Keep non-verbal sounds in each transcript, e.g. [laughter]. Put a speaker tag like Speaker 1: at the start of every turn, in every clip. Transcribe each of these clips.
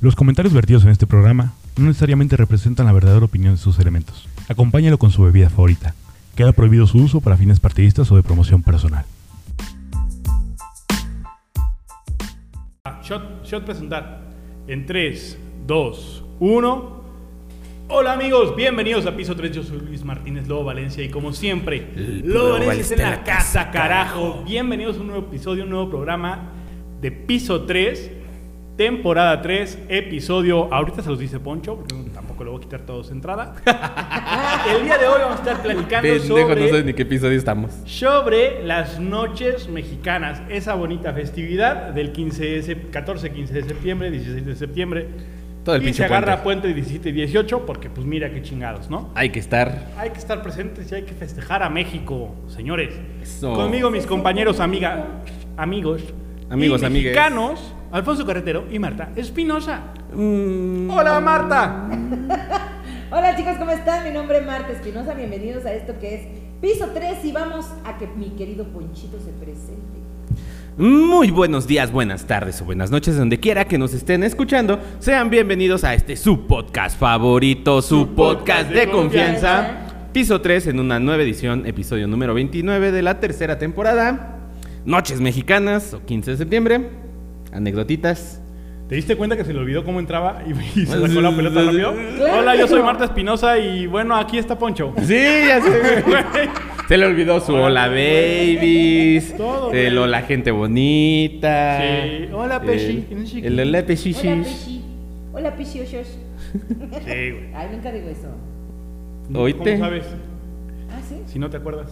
Speaker 1: Los comentarios vertidos en este programa no necesariamente representan la verdadera opinión de sus elementos. Acompáñalo con su bebida favorita. Queda prohibido su uso para fines partidistas o de promoción personal.
Speaker 2: Ah, Shot, shot presentar. En 3, 2, 1. Hola amigos, bienvenidos a Piso 3. Yo soy Luis Martínez Lobo Valencia y como siempre, Lobo Valencia está en la casa, carajo. Bienvenidos a un nuevo episodio, un nuevo programa de Piso 3, temporada 3, episodio. Ahorita se los dice Poncho, porque tampoco lo voy a quitar todos de entrada. [laughs] El día de hoy vamos a estar platicando
Speaker 3: Pendejo,
Speaker 2: sobre
Speaker 3: no sé ni qué episodio estamos.
Speaker 2: sobre las noches mexicanas, esa bonita festividad del 15 de sep- 14, 15 de septiembre, 16 de septiembre.
Speaker 3: Todo el
Speaker 2: y
Speaker 3: pinche
Speaker 2: se agarra
Speaker 3: puente.
Speaker 2: puente 17 y 18 porque pues mira qué chingados, ¿no?
Speaker 3: Hay que estar.
Speaker 2: Hay que estar presentes y hay que festejar a México, señores.
Speaker 3: Eso.
Speaker 2: Conmigo mis compañeros, amiga, amigos,
Speaker 3: Amigos,
Speaker 2: y
Speaker 3: amigues.
Speaker 2: mexicanos, Alfonso Carretero y Marta Espinosa.
Speaker 3: mm,
Speaker 2: Hola Marta.
Speaker 4: Hola chicos, ¿cómo están? Mi nombre es Marta Espinosa, bienvenidos a esto que es Piso 3 y vamos a que mi querido Ponchito se presente.
Speaker 3: Muy buenos días, buenas tardes o buenas noches, donde quiera que nos estén escuchando. Sean bienvenidos a este su podcast favorito, su, podcast, de, confianza. Piso 3 en una nueva edición, episodio número 29 de la tercera temporada. Noches mexicanas, o 15 de septiembre. Anecdotitas.
Speaker 2: ¿Te diste cuenta que se le olvidó cómo entraba y, y [laughs] se sacó la pelota
Speaker 3: [laughs]
Speaker 2: rápido?
Speaker 4: Claro.
Speaker 2: Hola, yo soy Marta Espinosa y bueno, aquí está Poncho.
Speaker 3: Sí, ya sé. [laughs] Se le olvidó su hola babies,
Speaker 2: Todo, güey.
Speaker 3: el hola gente bonita. Eh,
Speaker 2: Sí. Hola, Peshi.
Speaker 3: el- El hola
Speaker 4: Hola
Speaker 3: peshishis.
Speaker 4: Pichi. Hola Pichi Oshos.
Speaker 2: güey.
Speaker 4: Ay, nunca digo eso.
Speaker 3: Oíte.
Speaker 2: ¿Cómo sabes?
Speaker 4: Ah, sí.
Speaker 2: Si no te acuerdas.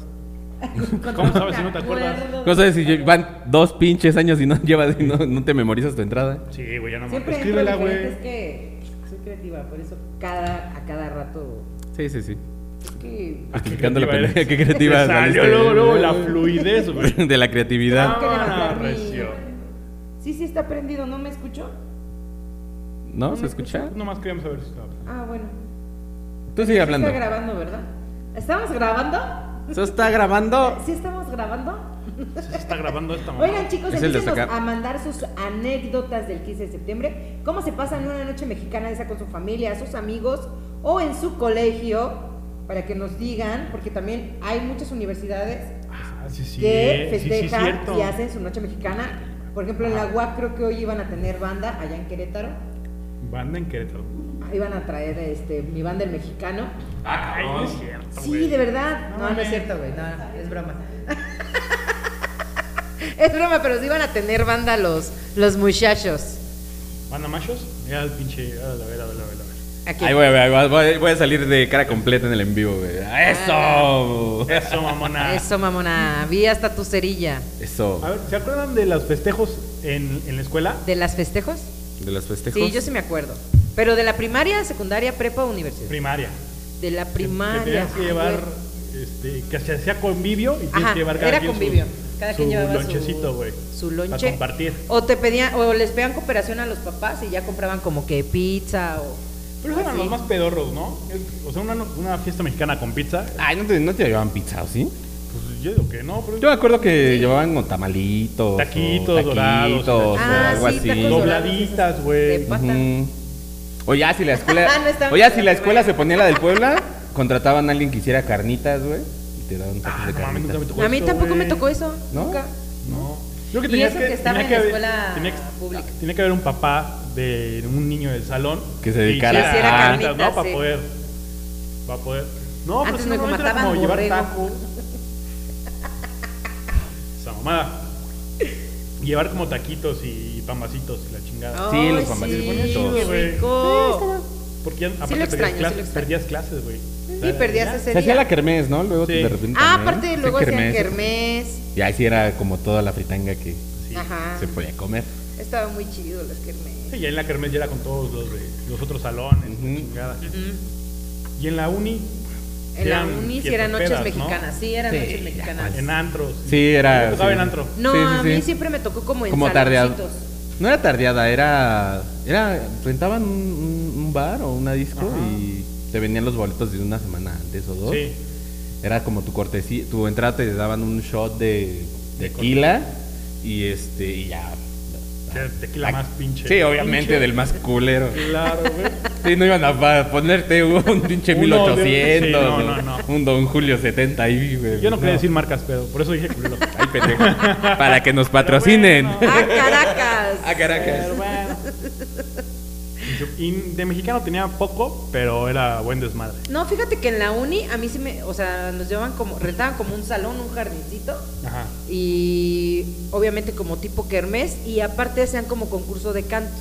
Speaker 2: [laughs] ¿Cómo sabes si no te acuerdas?
Speaker 4: Acuerdo.
Speaker 3: No sé si lle- van dos pinches años y no [laughs] llevas y no, no te memorizas tu entrada.
Speaker 2: Sí, güey, ya no me
Speaker 4: Siempre
Speaker 2: Escríbela,
Speaker 4: entro
Speaker 2: güey.
Speaker 4: diferente, es que soy creativa, por eso cada, a cada rato.
Speaker 3: Sí, sí, sí.
Speaker 4: Es que.
Speaker 2: Ah, qué
Speaker 3: Justificando la
Speaker 2: creativa
Speaker 3: pendeja,
Speaker 2: eres.
Speaker 3: qué creativa
Speaker 2: Te [laughs] Salió
Speaker 3: saliste.
Speaker 2: luego, luego la
Speaker 3: [laughs]
Speaker 2: fluidez, güey.
Speaker 3: De la creatividad.
Speaker 4: Tengo que levantar
Speaker 2: Ah,
Speaker 4: mi-
Speaker 2: recio.
Speaker 4: Sí, sí está prendido, ¿no me escuchó?
Speaker 3: ¿No? ¿Se escucha?
Speaker 2: Nomás queríamos saber si estaba.
Speaker 4: Ah, bueno.
Speaker 3: Tú sigue hablando.
Speaker 4: Está grabando, ¿verdad? ¿Estamos grabando?
Speaker 3: ¿Eso está grabando?
Speaker 4: ¿Sí estamos grabando?
Speaker 2: Se está grabando esta mamá.
Speaker 4: Oigan chicos,
Speaker 3: Es el de sacar.
Speaker 4: empiecennos a mandar sus anécdotas del 15 de septiembre. ¿Cómo se pasan una noche mexicana esa con su familia, sus amigos o en su colegio? Para que nos digan, porque también hay muchas universidades
Speaker 2: Ah, sí, sí.
Speaker 4: que
Speaker 2: Sí, sí,
Speaker 4: festejan
Speaker 2: cierto.
Speaker 4: y hacen su noche mexicana. Por ejemplo, en la UAC creo que hoy iban a tener banda allá en Querétaro.
Speaker 2: Banda en Querétaro.
Speaker 4: Iban a traer este, mi banda el mexicano.
Speaker 2: Ay, no es cierto,
Speaker 4: Sí,
Speaker 2: güey.
Speaker 4: de verdad.
Speaker 2: No
Speaker 4: No, no,
Speaker 2: mames.
Speaker 4: es cierto, güey. No, no, es broma. [laughs] es broma, pero sí van a tener banda los, los muchachos.
Speaker 2: ¿Banda machos? Mira el pinche. A ver, a ver, a ver, a ver.
Speaker 4: Aquí.
Speaker 3: Ahí voy, voy, voy, voy- voy a salir de cara completa en el en vivo, güey. ¡Ah, ¡Eso!
Speaker 2: Ah, Eso, mamona.
Speaker 4: Eso, mamona. Vi hasta tu cerilla.
Speaker 2: A
Speaker 3: Eso.
Speaker 2: ver, ¿se acuerdan de los festejos en, en la escuela?
Speaker 4: ¿De las festejos?
Speaker 3: ¿De los festejos?
Speaker 4: Sí, yo sí me acuerdo. Pero de la primaria, secundaria, prepa, universidad.
Speaker 2: Primaria.
Speaker 4: de la
Speaker 2: Que- que
Speaker 4: primaria.
Speaker 2: tenías que
Speaker 4: Ay,
Speaker 2: llevar,
Speaker 4: güey.
Speaker 2: este, que se hacía convivio y tienes
Speaker 4: Ajá,
Speaker 2: que llevar cada
Speaker 4: era
Speaker 2: quien
Speaker 4: convivio.
Speaker 2: su,
Speaker 4: cada quien
Speaker 2: su
Speaker 4: llevaba
Speaker 2: lonchecito,
Speaker 4: su-
Speaker 2: güey.
Speaker 4: Su
Speaker 2: Para
Speaker 4: lonche.
Speaker 2: compartir.
Speaker 4: O te pedían, o les pedían cooperación a los papás y ya compraban como que pizza o.
Speaker 2: Pero esos eran
Speaker 4: así.
Speaker 2: los más pedorros, ¿no? Es- O sea, una, una fiesta mexicana con pizza,
Speaker 3: Ay, ¿no te, no te llevaban pizza, ¿o sí?
Speaker 2: pues yo digo que no, pero
Speaker 3: Yo me acuerdo que llevaban con tamalitos. o
Speaker 2: Taquitos dorados,
Speaker 3: taquitos,
Speaker 4: Ah,
Speaker 3: o algo
Speaker 4: sí,
Speaker 3: así.
Speaker 4: tacos dorados.
Speaker 2: dobladitas, güey.
Speaker 4: De pata.
Speaker 3: Ujú. O ya
Speaker 4: [laughs]
Speaker 3: si la escuela.
Speaker 4: No estaba
Speaker 3: o ya si
Speaker 4: bien,
Speaker 3: la
Speaker 4: güey.
Speaker 3: escuela se ponía la del Puebla, contrataban a alguien que hiciera carnitas, güey. Y te daban tacos
Speaker 2: Ah,
Speaker 3: de
Speaker 2: no mames,
Speaker 3: carnitas.
Speaker 2: nunca me tocó
Speaker 4: A mí
Speaker 2: eso,
Speaker 4: tampoco me
Speaker 2: güey.
Speaker 4: tocó eso.
Speaker 3: ¿No?
Speaker 4: Nunca.
Speaker 2: No. Creo que
Speaker 4: Y
Speaker 2: tenías
Speaker 4: eso que estaba
Speaker 2: tenía
Speaker 4: en
Speaker 2: que
Speaker 4: la
Speaker 2: haber-
Speaker 4: escuela
Speaker 2: tenía que- ah,
Speaker 4: pública.
Speaker 2: Tenía que haber un papá de un niño del salón
Speaker 3: Que se dedicara
Speaker 2: hiciera
Speaker 3: Hiciera
Speaker 2: carnitas,
Speaker 4: carnitas,
Speaker 2: ¿no? Para
Speaker 4: sí.
Speaker 2: poder. Para poder. No, pero
Speaker 4: Antes
Speaker 2: sí,
Speaker 4: me
Speaker 2: normalmente era
Speaker 4: mataban
Speaker 2: como llevar
Speaker 4: borrego.
Speaker 2: taco. Esa mamada. Llevar como taquitos y pambacitos y la chingada.
Speaker 3: Sí, los
Speaker 4: Ay,
Speaker 3: papás se ponían
Speaker 4: Sí,
Speaker 3: todos.
Speaker 4: qué
Speaker 2: Sí,
Speaker 4: rico.
Speaker 2: Porque ya, aparte
Speaker 4: lo
Speaker 2: perdías,
Speaker 4: extraño, sí lo
Speaker 2: clases,
Speaker 4: extraño.
Speaker 2: perdías clases, güey. O
Speaker 4: Sí,
Speaker 2: sea,
Speaker 4: perdías
Speaker 2: ya-
Speaker 4: ese
Speaker 3: Se hacía la
Speaker 4: día.
Speaker 3: kermés, ¿no? Luego
Speaker 2: Sí.
Speaker 3: de repente.
Speaker 4: Ah,
Speaker 3: también.
Speaker 4: aparte
Speaker 3: Sí,
Speaker 4: luego hacían
Speaker 3: kermés.
Speaker 4: kermés.
Speaker 3: Y ahí sí era como toda la fritanga que
Speaker 2: Sí.
Speaker 4: Ajá.
Speaker 3: se podía comer.
Speaker 4: Estaba muy chido los kermés.
Speaker 2: Sí, Y en la Kermés ya era con todos los de los otros salones, la
Speaker 3: Ujú.
Speaker 2: chingada.
Speaker 4: Ujú.
Speaker 2: Y en la uni.
Speaker 4: En la uni sí eran noches
Speaker 2: fiestas pedas, ¿no?
Speaker 4: mexicanas, sí eran
Speaker 3: Sí,
Speaker 4: noches
Speaker 3: ya,
Speaker 4: mexicanas.
Speaker 2: En antros.
Speaker 3: Sí, era-
Speaker 2: Yo tocaba
Speaker 3: sí.
Speaker 2: en antro.
Speaker 4: No,
Speaker 3: Sí, sí,
Speaker 4: a mí
Speaker 3: sí.
Speaker 4: siempre me tocó como en
Speaker 3: Como tardeada.
Speaker 4: saloncitos.
Speaker 3: No era tardeada, era. era rentaban un, un- un bar o una disco
Speaker 2: Ajá.
Speaker 3: y te vendían los boletos de una semana antes o dos.
Speaker 2: Sí.
Speaker 3: Era como tu cortesía, tu entrada te daban un shot de tequila y este y ya
Speaker 2: te- tequila más pinche.
Speaker 3: Sí, obviamente,
Speaker 2: pinche.
Speaker 3: del más culero.
Speaker 2: Claro, güey.
Speaker 3: Sí, no iban a pa- ponerte un
Speaker 2: [laughs]
Speaker 3: pinche
Speaker 2: Uno de-
Speaker 3: 1800.
Speaker 2: sí, no, no, no.
Speaker 3: Un Don Julio 70 ahí, güey.
Speaker 2: Yo no quería decir marcas, pero por eso dije culero.
Speaker 3: [laughs] Ay,
Speaker 2: [laughs]
Speaker 3: pendejo. Para que nos patrocinen. Ah,
Speaker 2: Pero
Speaker 3: [laughs]
Speaker 4: ¡Ah, Caracas!
Speaker 3: A Caracas.
Speaker 2: Pero bueno. Y de mexicano tenía poco, pero era buen desmadre.
Speaker 4: No, fíjate que en la uni a mí sí me, o sea, nos llevaban como, rentaban como un salón, un jardincito
Speaker 2: Ajá.
Speaker 4: y obviamente como tipo kermés y aparte hacían como concurso de canto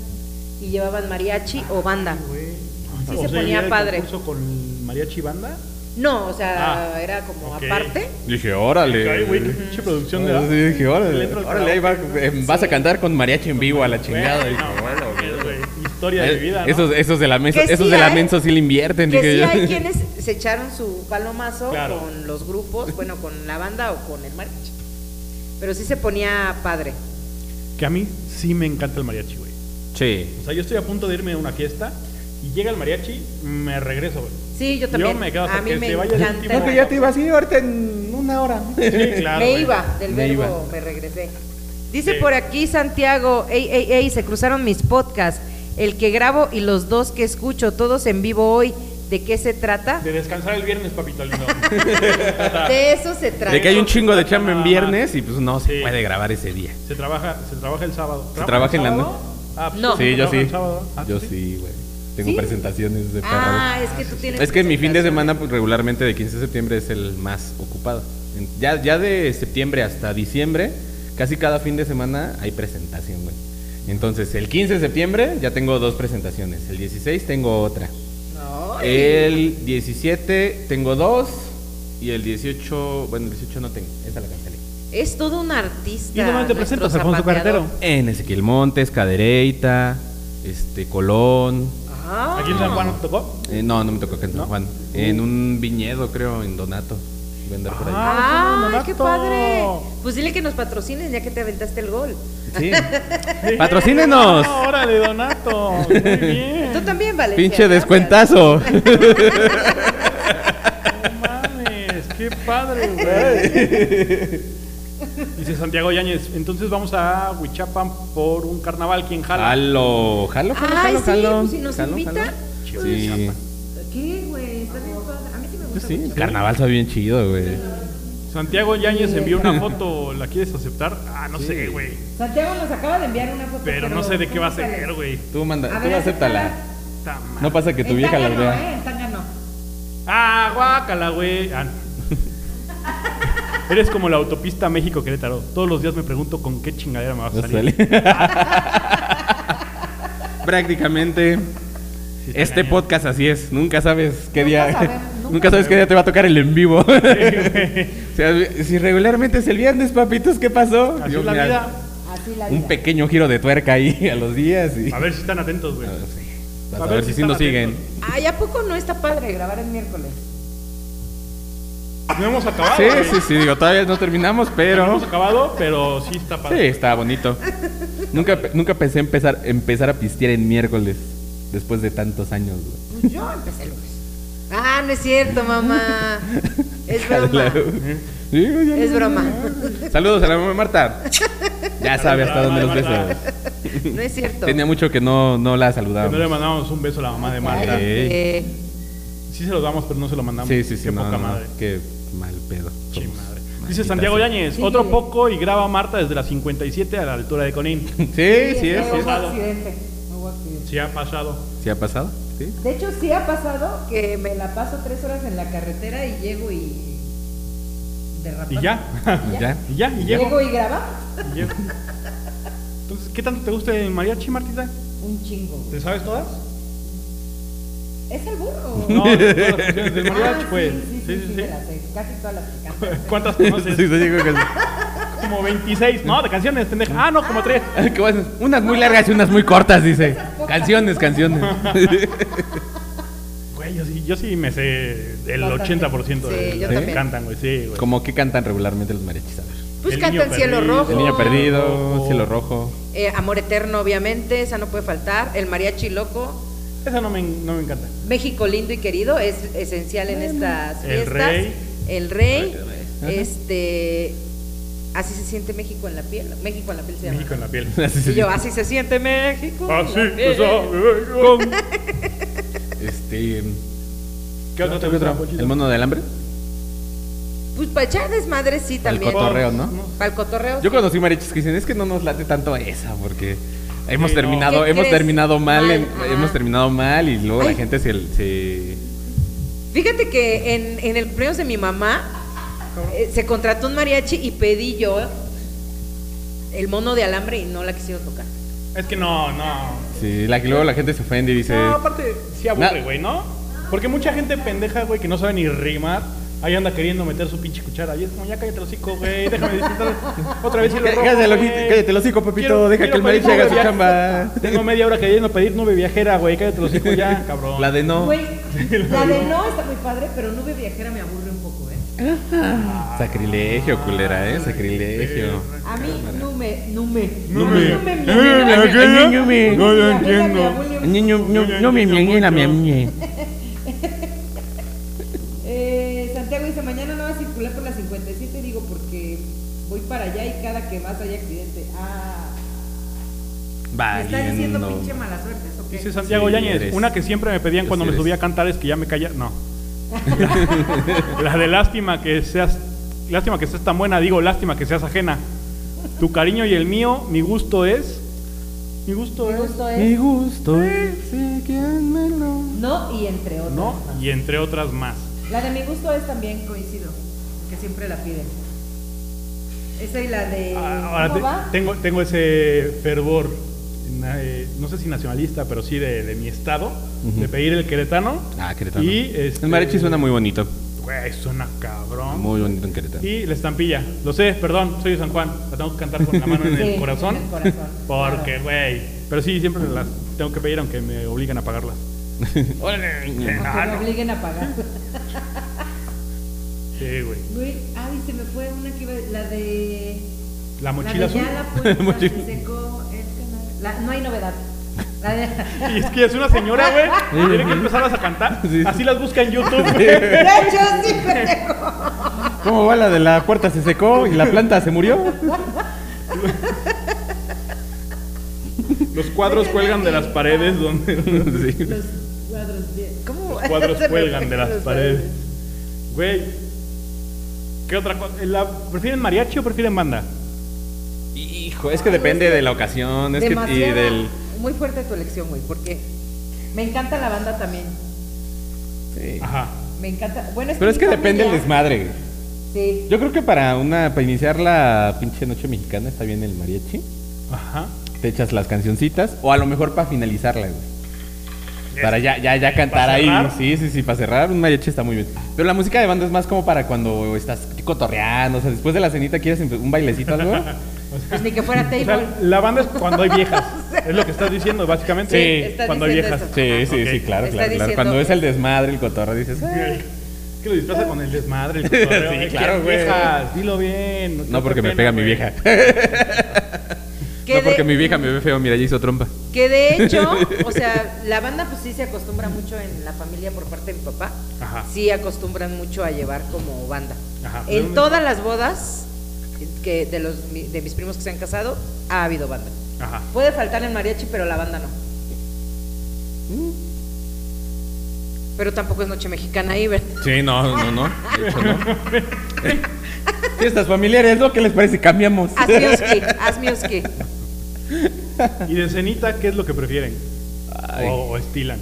Speaker 4: y llevaban mariachi o banda.
Speaker 2: Ah,
Speaker 4: Sí se ponía
Speaker 2: ¿era el
Speaker 4: padre.
Speaker 2: concurso con mariachi banda?
Speaker 4: No, o sea,
Speaker 2: Ah,
Speaker 4: era como
Speaker 2: ok.
Speaker 4: aparte.
Speaker 3: Dije, órale.
Speaker 2: Ay, güey, qué pinche producción de...
Speaker 3: Ah, Sí, dije,
Speaker 2: Le
Speaker 3: órale.
Speaker 2: entro al
Speaker 3: Órale, ahí va- eh, vas a cantar con mariachi en vivo a la chingada. Dije,
Speaker 2: No,
Speaker 3: bueno,
Speaker 2: mames,
Speaker 3: güey.
Speaker 2: güey, Historia de
Speaker 3: Eh,
Speaker 2: mi vida, ¿no?
Speaker 3: esos, esos de la mesa,
Speaker 4: Que sí
Speaker 3: esos de la
Speaker 4: hay-
Speaker 3: mensa sí le invierten.
Speaker 4: Que
Speaker 3: dije
Speaker 4: sí
Speaker 3: yo. [laughs]
Speaker 4: hay quienes se echaron su palomazo
Speaker 2: Claro.
Speaker 4: con los grupos, bueno, con la banda o con el mariachi. Pero sí se ponía padre.
Speaker 2: Que a mí sí me encanta el mariachi, güey.
Speaker 3: Sí.
Speaker 2: O sea, yo estoy a punto de irme a una fiesta y llega el mariachi, me regreso, güey.
Speaker 4: Sí, yo también.
Speaker 2: me quedo hasta
Speaker 4: a mí
Speaker 2: que
Speaker 4: me
Speaker 2: se vaya el
Speaker 4: encanta.
Speaker 2: último.
Speaker 4: el
Speaker 2: No, que
Speaker 4: mariachi.
Speaker 2: ya te
Speaker 3: ibas a ir ahorita en una hora.
Speaker 4: [laughs]
Speaker 2: Sí, claro.
Speaker 4: me
Speaker 2: güey.
Speaker 4: iba, del
Speaker 3: Me
Speaker 4: verbo
Speaker 3: iba.
Speaker 4: me regresé. Dice
Speaker 2: Sí.
Speaker 4: por aquí Santiago, ey, ey, ey, se cruzaron mis podcasts, el que grabo y los dos que escucho, todos en vivo hoy. ¿De qué se trata?
Speaker 2: De descansar el viernes, papito
Speaker 4: [laughs]
Speaker 2: lindo.
Speaker 4: De eso se trata.
Speaker 3: De que hay un chingo de chamba
Speaker 2: Nada
Speaker 3: en
Speaker 2: más.
Speaker 3: viernes y pues no se
Speaker 2: Sí.
Speaker 3: puede grabar ese día.
Speaker 2: se, trabaja, se trabaja el sábado.
Speaker 3: ¿Se
Speaker 2: ¿Trabajan
Speaker 3: trabaja en la
Speaker 2: sábado?
Speaker 3: noche?
Speaker 2: Ah, pues,
Speaker 4: No.
Speaker 3: Sí, yo
Speaker 2: ¿trabajan
Speaker 3: sí.
Speaker 2: sábado? Ah,
Speaker 3: Yo
Speaker 2: ¿tú
Speaker 3: sí, güey. Tengo
Speaker 4: ¿Sí?
Speaker 3: presentaciones de perro.
Speaker 4: Ah, es que tú tienes
Speaker 3: Es que mi fin de
Speaker 4: presentación.
Speaker 3: semana pues, regularmente de 15 de septiembre es el más ocupado. En- Ya, ya de septiembre hasta diciembre, casi cada fin de semana hay presentación, güey. Entonces, el 15 de septiembre ya tengo dos presentaciones. El 16 tengo otra.
Speaker 4: No,
Speaker 3: El 17 tengo dos. Y el 18, bueno, el 18 no tengo. Esa la cancelé.
Speaker 4: es todo un artista.
Speaker 2: ¿Y dónde te
Speaker 4: nuestro
Speaker 2: presentas, Alfonso
Speaker 4: zapateador.
Speaker 2: Carretero?
Speaker 3: En Ezequiel Montes, Cadereyta, este, Colón.
Speaker 4: Ah.
Speaker 2: ¿Aquí en San Juan te tocó?
Speaker 3: Eh, no, no me tocó acá en San
Speaker 2: ¿No?
Speaker 3: Juan. En un viñedo, creo, en Donato. Voy a andar por ahí.
Speaker 2: Ah,
Speaker 4: Ah,
Speaker 2: Fernando
Speaker 4: qué
Speaker 2: Nato.
Speaker 4: padre. Pues dile que nos patrocinen ya que te aventaste el gol. [laughs]
Speaker 3: Sí.
Speaker 4: Ah.
Speaker 3: Patrocínenos.
Speaker 2: Ah, ¡Órale, Donato! Muy
Speaker 3: [laughs]
Speaker 2: bien.
Speaker 4: Tú también, Valencia.
Speaker 3: Pinche
Speaker 4: gracias.
Speaker 3: descuentazo.
Speaker 2: No mames, qué padre, güey. Dice Santiago Yáñez, entonces vamos a Huichapan por un carnaval, ¿quién jala?
Speaker 3: [laughs] Jalo, jalo, jalo,
Speaker 4: Ay,
Speaker 3: jalo,
Speaker 4: sí,
Speaker 3: jalo.
Speaker 4: pues si nos
Speaker 3: Jalo,
Speaker 4: invita.
Speaker 3: jalo.
Speaker 2: Chido,
Speaker 3: Sí. pues
Speaker 2: Chiapas.
Speaker 4: ¿Qué, güey? Está bien padre. A mí sí me gusta.
Speaker 3: Sí, el
Speaker 4: mucho.
Speaker 3: carnaval está bien chido, güey.
Speaker 2: Santiago Yáñez envió una foto, ¿la quieres aceptar? Ah, no sé, güey.
Speaker 4: Santiago nos acaba de enviar una foto.
Speaker 2: Pero no sé de qué va a ser, güey.
Speaker 3: Tú manda,
Speaker 4: A
Speaker 3: tú
Speaker 4: ver,
Speaker 3: acéptala.
Speaker 4: acéptala.
Speaker 2: Ta madre.
Speaker 3: No pasa que tu vieja la vea.
Speaker 4: En tanga no.
Speaker 2: Ah, guácala, güey. Ah, no. [laughs] Eres como la autopista México-Querétaro. Todos los días me pregunto con qué chingadera me va a
Speaker 4: eh?
Speaker 3: No
Speaker 2: salir.
Speaker 3: sale. [laughs] Prácticamente.
Speaker 2: Sí, está
Speaker 3: Este
Speaker 2: cañón.
Speaker 3: podcast así es, nunca sabes qué día, [laughs]
Speaker 4: sabemos,
Speaker 3: nunca,
Speaker 4: nunca
Speaker 3: sabes qué día te va a tocar el en vivo. [laughs] O sea, si regularmente es el viernes, papitos, ¿qué pasó?
Speaker 2: Así
Speaker 3: Yo,
Speaker 2: es la
Speaker 3: mira,
Speaker 2: vida.
Speaker 4: Así la
Speaker 3: Un
Speaker 4: vida.
Speaker 3: pequeño giro de tuerca ahí [laughs] a los días y
Speaker 2: A
Speaker 3: a
Speaker 2: ver si están atentos, güey.
Speaker 3: ver, sí. Vas
Speaker 2: A
Speaker 3: a
Speaker 2: ver
Speaker 3: ver
Speaker 2: si
Speaker 3: si sí
Speaker 2: están
Speaker 3: nos siguen.
Speaker 2: atentos.
Speaker 4: Ay, ¿a poco no está padre grabar el miércoles?
Speaker 2: No hemos acabado.
Speaker 3: Sí,
Speaker 2: güey.
Speaker 3: sí, sí, digo, todavía no terminamos,
Speaker 2: No
Speaker 3: pero
Speaker 2: hemos acabado, pero sí está
Speaker 3: sí,
Speaker 2: padre.
Speaker 3: está bonito. nunca, pe- nunca pensé empezar, empezar a pistear en miércoles después de tantos años. güey.
Speaker 4: Pues yo empecé el lunes. Ah, no es
Speaker 3: [laughs]
Speaker 4: cierto, mamá. Es broma.
Speaker 3: Sí, ya no-
Speaker 4: Es broma.
Speaker 3: Saludos a la mamá Marta. Ya sabe hasta dónde los besos.
Speaker 4: No es cierto.
Speaker 3: Tenía mucho que no, no la
Speaker 2: Que no le
Speaker 3: saludábamos.
Speaker 2: mandamos un beso a la mamá de Marta.
Speaker 3: Ay.
Speaker 4: Eh,
Speaker 2: Ah, Sí se lo damos, pero no se lo mandamos.
Speaker 3: Sí, sí, sí.
Speaker 2: Qué
Speaker 3: no,
Speaker 2: poca
Speaker 3: no,
Speaker 2: madre.
Speaker 3: Qué mal pedo. somos.
Speaker 2: Che madre. Dice
Speaker 3: Pues, Maldita
Speaker 2: Santiago
Speaker 3: sea.
Speaker 2: Yáñez,
Speaker 4: Sí.
Speaker 2: otro poco y graba Marta desde la 57 a la altura de Conín.
Speaker 3: Sí, sí, es.
Speaker 4: es que
Speaker 3: sí
Speaker 4: hubo
Speaker 3: es.
Speaker 4: accidente. Hubo accidente.
Speaker 2: Sí ha pasado.
Speaker 3: ¿Sí ha pasado? Sí.
Speaker 4: De hecho, sí ha pasado que me la paso tres horas en la carretera y llego y. derrapando.
Speaker 2: Y ya. [laughs]
Speaker 3: Ya.
Speaker 2: y ya, y llego.
Speaker 4: Llego y grabamos
Speaker 2: Y llego. Entonces, ¿qué tanto te gusta el mariachi, Martita?
Speaker 4: un chingo. güey.
Speaker 2: ¿Te sabes
Speaker 3: [laughs]
Speaker 2: todas?
Speaker 4: ¿Es el burro?
Speaker 2: [laughs] No, todas las canciones del
Speaker 4: Ah,
Speaker 2: mariachi,
Speaker 4: sí,
Speaker 2: pues.
Speaker 4: Sí, sí, sí, me las sé, Casi todas las que cantan.
Speaker 2: [laughs] ¿Cuántas
Speaker 3: Sí,
Speaker 2: conoces?
Speaker 3: sí, digo que sí.
Speaker 2: Como 26. No, de canciones, pendeja. Ah, no, como tres.
Speaker 3: [laughs] Qué bueno. Unas muy largas y unas muy cortas, dice. Canciones, canciones.
Speaker 2: Güey, yo sí, yo sí me sé el
Speaker 4: Bastante.
Speaker 2: 80% de
Speaker 4: Sí,
Speaker 2: lo
Speaker 4: yo
Speaker 2: que
Speaker 3: también.
Speaker 2: cantan, güey. Sí, güey.
Speaker 3: Como que cantan regularmente los mariachis, a ver.
Speaker 4: Pues
Speaker 2: El
Speaker 4: cantan
Speaker 2: niño
Speaker 4: Cielo
Speaker 2: perdido.
Speaker 4: Rojo.
Speaker 3: El niño perdido,
Speaker 2: Oh.
Speaker 3: cielo rojo.
Speaker 4: eh, Amor Eterno, obviamente, esa no puede faltar. El mariachi loco.
Speaker 2: Esa no me, no me encanta.
Speaker 4: México lindo y querido es esencial en estas
Speaker 2: El
Speaker 4: fiestas.
Speaker 2: rey.
Speaker 4: El rey. Este. Así se siente México en la piel. México en la piel se llama.
Speaker 2: México en la
Speaker 4: [laughs]
Speaker 2: piel. Ah,
Speaker 3: Así se
Speaker 4: Y yo,
Speaker 3: dice.
Speaker 4: así se siente México.
Speaker 3: Ah,
Speaker 4: en
Speaker 2: Así,
Speaker 4: la piel".
Speaker 3: Este.
Speaker 2: ¿Qué otra te gusta?
Speaker 3: ¿El mono del hambre?
Speaker 4: Pues para echar desmadre sí también.
Speaker 3: cotorreo. Torreo, ¿no?
Speaker 4: Para el cotorreo.
Speaker 3: Yo conocí mariachis que dicen, es que no nos late tanto esa, porque hemos
Speaker 2: Sí, no.
Speaker 3: terminado,
Speaker 4: ¿Qué
Speaker 3: hemos
Speaker 4: crees?
Speaker 3: terminado mal,
Speaker 4: Mal,
Speaker 3: en-
Speaker 4: ajá.
Speaker 3: hemos terminado mal y luego la
Speaker 4: Ay.
Speaker 3: gente se, se-
Speaker 4: Fíjate que en, en el cumpleaños de mi mamá eh, se contrató un mariachi y pedí yo el mono de alambre y no la quisieron tocar.
Speaker 2: Es que no, no.
Speaker 3: sí, la, luego la gente se ofende y dice,
Speaker 2: No, aparte, sí aburre,
Speaker 3: Na-
Speaker 2: güey, ¿no? Porque mucha gente pendeja, güey, que no sabe ni rimar. Ahí anda queriendo meter su pinche cuchara. Y es como, ya cállate el hocico, güey. Déjame disfrutar [laughs] otra vez. el
Speaker 3: Cá-
Speaker 2: rojo,
Speaker 3: cállate el
Speaker 2: güey.
Speaker 3: hocico- cállate el hocico, Pepito, deja que el
Speaker 2: pedir
Speaker 3: mariachi haga
Speaker 2: nueve
Speaker 3: su
Speaker 2: viajes.
Speaker 3: chamba.
Speaker 2: Tengo media hora queriendo pedir nube viajera, güey. Cállate el hocico ya, cabrón.
Speaker 3: la de no,
Speaker 2: [laughs]
Speaker 4: Güey, la de no está muy padre, pero nube viajera me aburre un poco, ¿eh?
Speaker 3: sacrilegio, culera, eh, sacrilegio.
Speaker 4: A mí no me, no me,
Speaker 2: No me-
Speaker 4: me,
Speaker 2: no me
Speaker 4: me-
Speaker 2: viajera.
Speaker 3: No me-
Speaker 2: No lo
Speaker 4: me- me
Speaker 2: entiendo.
Speaker 4: aburre un-
Speaker 3: Niño, no, no me miengue la miamie.
Speaker 4: [laughs] Eh, Santiago dice, mañana no va a circular por la 57, digo, porque voy para allá y cada que vas hay accidente. Ah, me está diciendo
Speaker 3: Valiendo.
Speaker 4: pinche mala suerte, ¿eso qué?
Speaker 2: Dice Santiago
Speaker 3: Sí,
Speaker 2: Yáñez,
Speaker 3: eres.
Speaker 2: una que siempre me pedían
Speaker 3: Yo
Speaker 2: cuando
Speaker 3: sí
Speaker 2: me
Speaker 3: eres.
Speaker 2: subía a cantar es que ya me calla.
Speaker 3: [laughs]
Speaker 2: No. la de lástima que seas. Lástima que seas tan buena, digo, lástima que seas ajena. Tu cariño y el mío, mi gusto es. Mi gusto
Speaker 4: Mi
Speaker 2: es.
Speaker 4: gusto es-
Speaker 3: Mi gusto es eh, que amelo.
Speaker 4: No y entre otros.
Speaker 2: ¿No? Y entre otras más.
Speaker 4: La de mi gusto es también coincido, que siempre la piden. Esa y la de...
Speaker 2: Ah, Ahora
Speaker 4: ¿Cómo
Speaker 2: te-
Speaker 4: va?
Speaker 2: tengo, tengo ese fervor, na- eh, no sé si nacionalista, pero sí de, de mi estado, de pedir el queretano.
Speaker 3: Ah, Querétaro.
Speaker 2: Y este-
Speaker 3: El mariachi suena muy bonito,
Speaker 2: Güey, suena cabrón.
Speaker 3: muy bonito en Querétaro.
Speaker 2: Y la estampilla. Lo sé, perdón, soy de San Juan. La tengo que cantar con la mano en
Speaker 4: Sí,
Speaker 2: el corazón.
Speaker 4: en el corazón,
Speaker 2: Porque, güey. Pero sí, siempre las tengo que pedir, aunque me obligan a [laughs] pagarlas.
Speaker 3: Órale.
Speaker 4: Aunque me obliguen a pagar.
Speaker 2: Sí, güey.
Speaker 4: Güey, ay, se me fue una que iba... La de...
Speaker 2: La mochila
Speaker 4: la de
Speaker 2: azul.
Speaker 4: ya la puerta
Speaker 3: Mochila.
Speaker 4: se secó, es que no- la- no hay novedad. La de...
Speaker 2: [laughs]
Speaker 4: [laughs]
Speaker 2: Y es que es una señora, güey. Tiene que empezarlas a cantar.
Speaker 3: Sí.
Speaker 2: Así las busca en YouTube, güey.
Speaker 4: De hecho, sí, pendejo.
Speaker 3: ¿Cómo va la de la puerta? ¿Se secó y la planta se murió?
Speaker 2: Los cuadros cuelgan de las paredes donde. [laughs]
Speaker 3: Sí.
Speaker 4: Los cuadros bien. ¿Cómo?
Speaker 2: Los cuadros
Speaker 4: Se me
Speaker 2: cuelgan
Speaker 4: fue
Speaker 2: de las
Speaker 4: los
Speaker 2: paredes.
Speaker 4: cuadros.
Speaker 2: Güey. ¿Qué otra cosa? ¿La- ¿Prefieren mariachi o prefieren banda?
Speaker 3: Hijo, es que depende de la ocasión, es que y
Speaker 4: Demasiada-
Speaker 3: del
Speaker 4: Muy fuerte tu elección, güey, porque me encanta la banda también.
Speaker 3: sí.
Speaker 2: Ajá.
Speaker 4: Me encanta. Bueno,
Speaker 3: Pero es
Speaker 4: mi
Speaker 3: que depende el
Speaker 4: familia-
Speaker 3: desmadre.
Speaker 4: Sí.
Speaker 3: Yo creo que para una para iniciar la pinche noche mexicana está bien el mariachi.
Speaker 2: Ajá.
Speaker 3: Te echas las cancioncitas o a lo mejor para finalizarla, güey. Para ya ya ya cantar
Speaker 2: ¿Para
Speaker 3: ahí.
Speaker 2: cerrar?
Speaker 3: Sí, sí, sí, para Este, cerrar un mariachi está muy bien. Pero la música de banda es más como para cuando estás cotorreando, o sea, después de la cenita quieres empe- un bailecito [laughs] algo.
Speaker 4: Pues ni que
Speaker 2: [laughs]
Speaker 4: fuera
Speaker 2: O sea,
Speaker 4: table.
Speaker 2: la banda es cuando hay viejas. es lo que estás diciendo, básicamente.
Speaker 3: Sí,
Speaker 4: estás
Speaker 2: cuando hay
Speaker 4: diciendo
Speaker 2: viejas.
Speaker 4: eso.
Speaker 3: Sí,
Speaker 2: Ajá,
Speaker 3: sí,
Speaker 2: ok.
Speaker 3: sí, claro,
Speaker 4: Está
Speaker 3: claro, claro.
Speaker 4: diciendo-
Speaker 3: Cuando es el desmadre, el cotorreo, dices, "Ah, "Ay,
Speaker 2: Que lo disfraza con el desmadre.
Speaker 3: [laughs]
Speaker 2: El cotorreo.
Speaker 3: Sí,
Speaker 2: Ay,
Speaker 3: claro,
Speaker 2: qué
Speaker 3: güey.
Speaker 2: Viejas, dilo bien.
Speaker 3: no
Speaker 2: te
Speaker 3: porque me
Speaker 2: pena,
Speaker 3: pega mi
Speaker 2: güey.
Speaker 3: [laughs] vieja.
Speaker 4: Que
Speaker 3: No porque
Speaker 4: de-
Speaker 3: mi vieja me ve feo, mira, ya hizo trompa.
Speaker 4: Que de hecho, o sea, la banda pues sí se acostumbra mucho en la familia por parte de mi papá.
Speaker 2: Ajá.
Speaker 4: Sí acostumbran mucho a llevar como banda.
Speaker 2: Ajá.
Speaker 4: En todas las bodas que de los mi- de mis primos que se han casado ha habido banda.
Speaker 2: Ajá.
Speaker 4: Puede faltar el mariachi, pero la banda no. Pero tampoco es noche mexicana ahí, ¿verdad?
Speaker 3: Sí, no, no, no. De hecho, no. [laughs] Fiestas familiares, ¿no? ¿Qué les parece? Cambiamos.
Speaker 4: Asmioski, Asmioski.
Speaker 2: Y de cenita, ¿qué es lo que prefieren?
Speaker 3: [laughs] Ay.
Speaker 2: O, o estilan.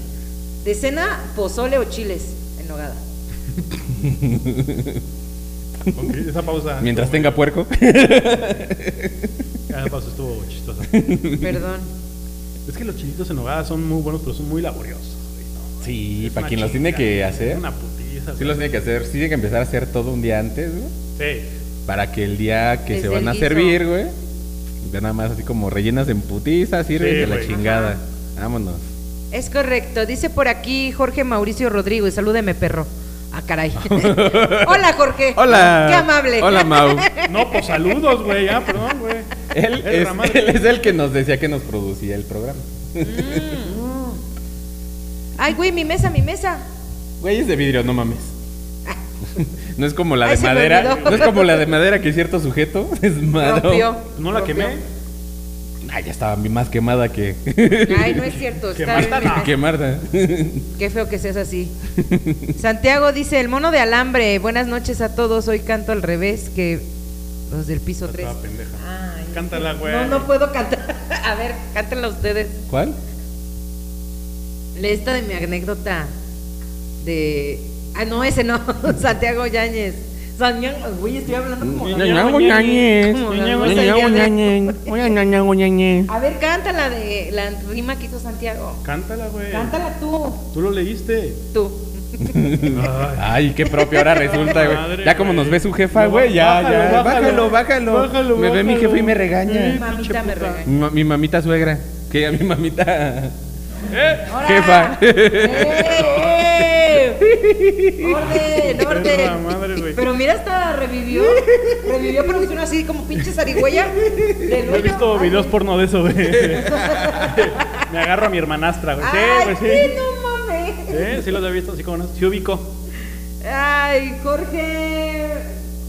Speaker 4: De cena, pozole o chiles en
Speaker 2: [laughs]
Speaker 4: nogada.
Speaker 2: Ok, Esa pausa.
Speaker 3: [laughs] Mientras tenga puerco.
Speaker 2: Esa Ah, pausa estuvo chistosa.
Speaker 4: Perdón.
Speaker 2: es que los chilitos en nogada son muy buenos, pero son muy laboriosos. güey, ¿no?
Speaker 3: Sí,
Speaker 2: Es
Speaker 3: para
Speaker 2: una
Speaker 3: quien los tiene que
Speaker 2: chinga,
Speaker 3: hacer.
Speaker 2: Una putiza.
Speaker 3: Sí
Speaker 2: güey.
Speaker 3: los tiene que hacer. Sí tiene que empezar a hacer todo un día antes, güey.
Speaker 2: Sí.
Speaker 3: Para que el día que
Speaker 4: Desde
Speaker 3: se van
Speaker 4: el
Speaker 3: a
Speaker 4: guiso.
Speaker 3: servir, güey. Ya nada más así como rellenas en putiza, sirves
Speaker 2: Sí,
Speaker 3: de la
Speaker 2: güey.
Speaker 3: chingada. Vámonos.
Speaker 4: Es correcto. Dice por aquí Jorge Mauricio Rodrigo y salúdeme, perro. Ah, caray. [laughs] [laughs] Hola, Jorge.
Speaker 3: Hola.
Speaker 4: Qué amable.
Speaker 3: Hola, Mau.
Speaker 2: No, pues saludos, güey. Ah, perdón, güey.
Speaker 3: [laughs] Él
Speaker 2: Eres
Speaker 3: es,
Speaker 2: la madre.
Speaker 3: él es el que nos decía que nos producía el programa.
Speaker 4: [laughs]
Speaker 3: [laughs]
Speaker 4: Ay, güey, mi mesa, mi mesa.
Speaker 3: Güey, es de vidrio, no mames. [laughs] No es como la
Speaker 4: Ay,
Speaker 3: de
Speaker 4: se me
Speaker 3: madera.
Speaker 4: olvidó.
Speaker 3: No es como la de madera que cierto sujeto [laughs] es
Speaker 4: Rompió.
Speaker 2: ¿No la
Speaker 4: rompió.
Speaker 2: quemé?
Speaker 3: Ay, ya estaba más quemada que.
Speaker 4: Ay,
Speaker 3: [laughs]
Speaker 4: no es
Speaker 2: [laughs]
Speaker 4: cierto.
Speaker 2: Que
Speaker 4: está
Speaker 2: Marta
Speaker 4: bien.
Speaker 2: no.
Speaker 3: que Marta. [laughs]
Speaker 4: Qué feo que seas así. Santiago dice, el mono de alambre, buenas noches a todos, hoy canto al revés que los del piso 3.
Speaker 2: Estaba pendeja. Cántala, güey.
Speaker 4: No, no puedo cantar. [laughs] A ver, cántenla ustedes.
Speaker 3: ¿Cuál?
Speaker 4: Lee esta de mi anécdota de... Ah, no, ese no, [laughs] Santiago Yáñez. Santiago, güey, estoy hablando como... Pues A ver, cántala de la rima que hizo Santiago.
Speaker 2: Cántala, güey.
Speaker 4: Cántala tú,
Speaker 2: Tú lo leíste.
Speaker 4: tú.
Speaker 2: Ay.
Speaker 3: [laughs] Ay, qué propio ahora resulta,
Speaker 2: Madre,
Speaker 3: güey. Ya como
Speaker 2: güey.
Speaker 3: nos ve su jefa,
Speaker 2: No,
Speaker 3: güey, ya,
Speaker 2: bájalo,
Speaker 3: ya.
Speaker 2: bájalo.
Speaker 3: Bájalo, bájalo.
Speaker 2: Bájalo,
Speaker 3: me ve mi
Speaker 2: bájalo.
Speaker 3: jefe y me regaña.
Speaker 4: Mamita me regaña.
Speaker 3: Mi, ma- mi mamita suegra. Que a mi mamita.
Speaker 4: ¡Hora!
Speaker 3: Jefa.
Speaker 4: ¡Eh!
Speaker 2: [laughs]
Speaker 4: ¡Orden,
Speaker 2: Perra
Speaker 4: orden!
Speaker 2: madre, güey.
Speaker 4: Pero mira, hasta revivió. Revivió, pero hizo una así como
Speaker 2: [laughs]
Speaker 4: pinche zarigüeya. del
Speaker 2: No he
Speaker 4: hoyo.
Speaker 2: visto
Speaker 4: Ay,
Speaker 2: videos
Speaker 4: [laughs]
Speaker 2: porno de eso, güey. Me agarro a mi hermanastra, güey. Sí,
Speaker 4: ¡Ay,
Speaker 2: güey,
Speaker 4: sí,
Speaker 2: sí.
Speaker 4: no mames!
Speaker 2: Sí, sí los he visto, así como no. Sí ubico.
Speaker 4: Ay, Jorge.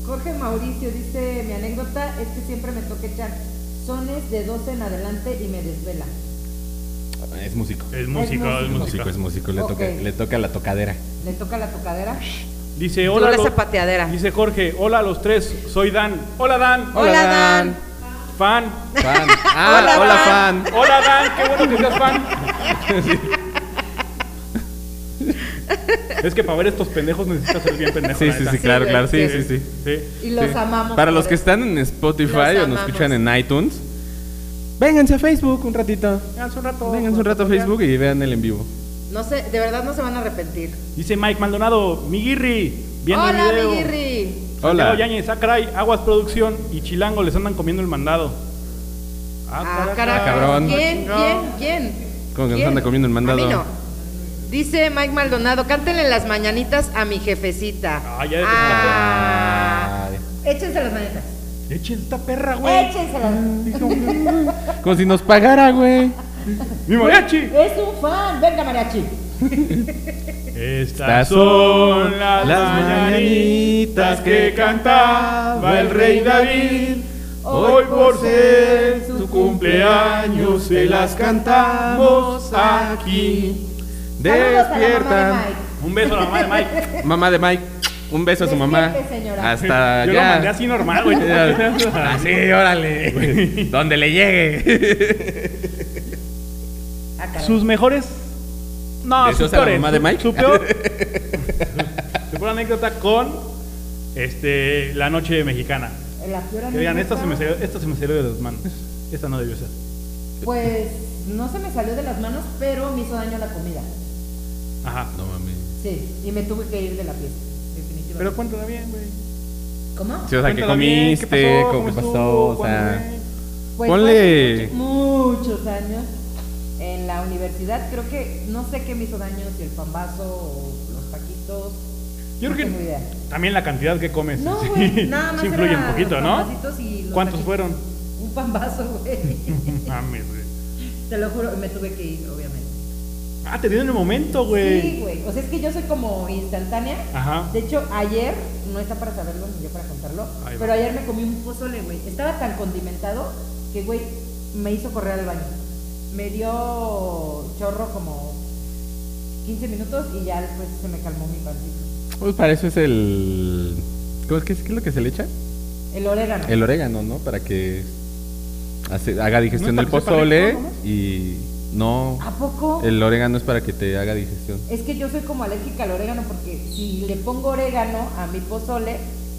Speaker 4: Jorge Mauricio dice: Mi anécdota es que siempre me toca echar sones de 12 en adelante y me desvela.
Speaker 3: Es músico.
Speaker 2: Es músico, es
Speaker 4: músico.
Speaker 2: músico.
Speaker 3: Músico, es músico. Le, toca,
Speaker 4: Ok.
Speaker 3: le toca la tocadera.
Speaker 4: ¿Le toca la tocadera?
Speaker 2: Dice,
Speaker 4: Tú
Speaker 2: hola.
Speaker 4: la
Speaker 2: lo-
Speaker 4: zapateadera.
Speaker 2: Dice Jorge, hola a los tres, soy Dan. Hola Dan.
Speaker 4: Hola, Dan.
Speaker 2: Fan.
Speaker 3: Fan. Ah,
Speaker 4: Hola,
Speaker 3: hola,
Speaker 4: fan.
Speaker 3: fan.
Speaker 2: Hola Dan, qué bueno que seas fan. es que para ver estos pendejos necesitas ser bien pendejo.
Speaker 3: Sí,
Speaker 2: la
Speaker 3: sí,
Speaker 2: neta.
Speaker 3: sí, claro,
Speaker 4: güey,
Speaker 3: claro. Sí,
Speaker 4: sí.
Speaker 3: sí, sí.
Speaker 2: Sí.
Speaker 4: Y los
Speaker 3: Sí.
Speaker 4: amamos.
Speaker 3: Para
Speaker 4: por
Speaker 3: los que
Speaker 4: eso.
Speaker 3: están en Spotify
Speaker 4: Los
Speaker 3: o nos
Speaker 4: amamos.
Speaker 3: escuchan en iTunes, vénganse a Facebook un ratito.
Speaker 2: Vénganse un rato.
Speaker 3: Vénganse un rato a Facebook y vean el en vivo.
Speaker 4: No sé, de verdad no se van a arrepentir.
Speaker 2: Dice Mike Maldonado, Miguirri, viendo el
Speaker 4: Hola,
Speaker 2: video.
Speaker 4: mi Guirri.
Speaker 2: Hola.
Speaker 3: Hola.
Speaker 2: Yañez, ah, caray, Aguas Producción y Chilango les andan comiendo el mandado.
Speaker 4: Ah,
Speaker 2: caraca.
Speaker 4: carajo.
Speaker 3: cabrón.
Speaker 4: ¿Quién? ¿Quién? ¿Quién?
Speaker 3: Como que nos
Speaker 4: ¿Quién?
Speaker 3: anda comiendo el mandado.
Speaker 4: A mí no. Dice Mike Maldonado, cántenle las mañanitas a mi jefecita.
Speaker 2: Ah, ya
Speaker 4: Ah.
Speaker 3: Ay.
Speaker 4: Échense las mañanitas.
Speaker 2: Echen esta perra, güey. "Mm,
Speaker 4: Échenselas.
Speaker 3: Como si nos pagara, güey.
Speaker 2: Mi mariachi.
Speaker 4: Es un fan. Venga, mariachi.
Speaker 2: Estas son las, mañanitas que cantaba el rey David. Hoy por ser tu cumpleaños se las cantamos aquí.
Speaker 4: Saludos a la mamá
Speaker 3: Despierta.
Speaker 4: de Mike.
Speaker 2: Un beso a la mamá de Mike.
Speaker 3: Mamá de Mike, un beso a su mamá.
Speaker 4: Despierte, señora.
Speaker 3: Hasta
Speaker 2: Yo lo mandé
Speaker 3: ya.
Speaker 2: así normal, güey.
Speaker 3: [laughs] Así, órale. Donde le llegue.
Speaker 4: Ah, caray.
Speaker 2: Sus mejores. No,
Speaker 3: ¿Deseos
Speaker 2: sus
Speaker 3: a la
Speaker 2: peores.
Speaker 3: mamá de Mike?
Speaker 2: Su [laughs] peor. su peor anécdota con este, la noche mexicana.
Speaker 4: La peor
Speaker 2: Que digan,
Speaker 4: anécdota,
Speaker 2: esta se, me salió, esta se me salió de las manos. Esta no debió ser.
Speaker 4: Pues no se me salió de las manos, pero me hizo daño la comida.
Speaker 2: Ajá.
Speaker 3: No mames.
Speaker 4: Sí, y me tuve que ir de la fiesta. Definitivamente.
Speaker 2: Pero cuéntala bien, güey.
Speaker 4: ¿Cómo?
Speaker 3: Sí, o sea, ¿qué
Speaker 2: Cuéntala bien,
Speaker 3: comiste?
Speaker 2: ¿Qué pasó?
Speaker 3: ¿Cómo
Speaker 2: ¿Cómo
Speaker 3: te pasó?
Speaker 2: estuvo?
Speaker 3: O
Speaker 2: ¿Cuándo
Speaker 3: sea.
Speaker 4: Pues
Speaker 3: Ponle-
Speaker 4: fue hace Muchos, muchos años en la universidad. Creo que no sé qué me hizo daño, si el pambazo o los paquitos.
Speaker 2: Yo
Speaker 4: no
Speaker 2: creo
Speaker 4: tengo
Speaker 2: que
Speaker 4: idea.
Speaker 2: también la cantidad que comes.
Speaker 4: No,
Speaker 2: sí,
Speaker 4: güey, nada más.
Speaker 2: sí influye
Speaker 4: era
Speaker 2: un poquito,
Speaker 4: los
Speaker 2: ¿no?
Speaker 4: pambacitos y los
Speaker 2: ¿Cuántos
Speaker 4: taquitos. [laughs]
Speaker 2: fueron?
Speaker 4: Un pambazo,
Speaker 2: [laughs]
Speaker 4: güey.
Speaker 2: Mames, güey.
Speaker 4: Te lo juro, me tuve que ir, obviamente.
Speaker 2: Ah, te dio en el momento, güey.
Speaker 4: Sí, güey. O sea, es que yo soy como instantánea.
Speaker 2: Ajá.
Speaker 4: De hecho, ayer, no está para saberlo ni yo para contarlo,
Speaker 2: Ahí va.
Speaker 4: pero ayer me comí un pozole, güey. Estaba tan condimentado que, güey, me hizo correr al baño. Me dio chorro como 15 minutos y ya después se me calmó mi pancito.
Speaker 3: Pues para eso es el. ¿Cómo es que es, qué es lo que se le echa?
Speaker 4: El orégano.
Speaker 3: El orégano, ¿no? Para que hace- haga digestión
Speaker 2: ¿No
Speaker 3: del
Speaker 2: es para que sepa
Speaker 3: pozole
Speaker 2: rico, no?
Speaker 3: y no.
Speaker 4: ¿A poco?
Speaker 3: El orégano es para que te haga digestión.
Speaker 4: Es que yo soy como alérgica al orégano porque si le pongo orégano a mi pozole,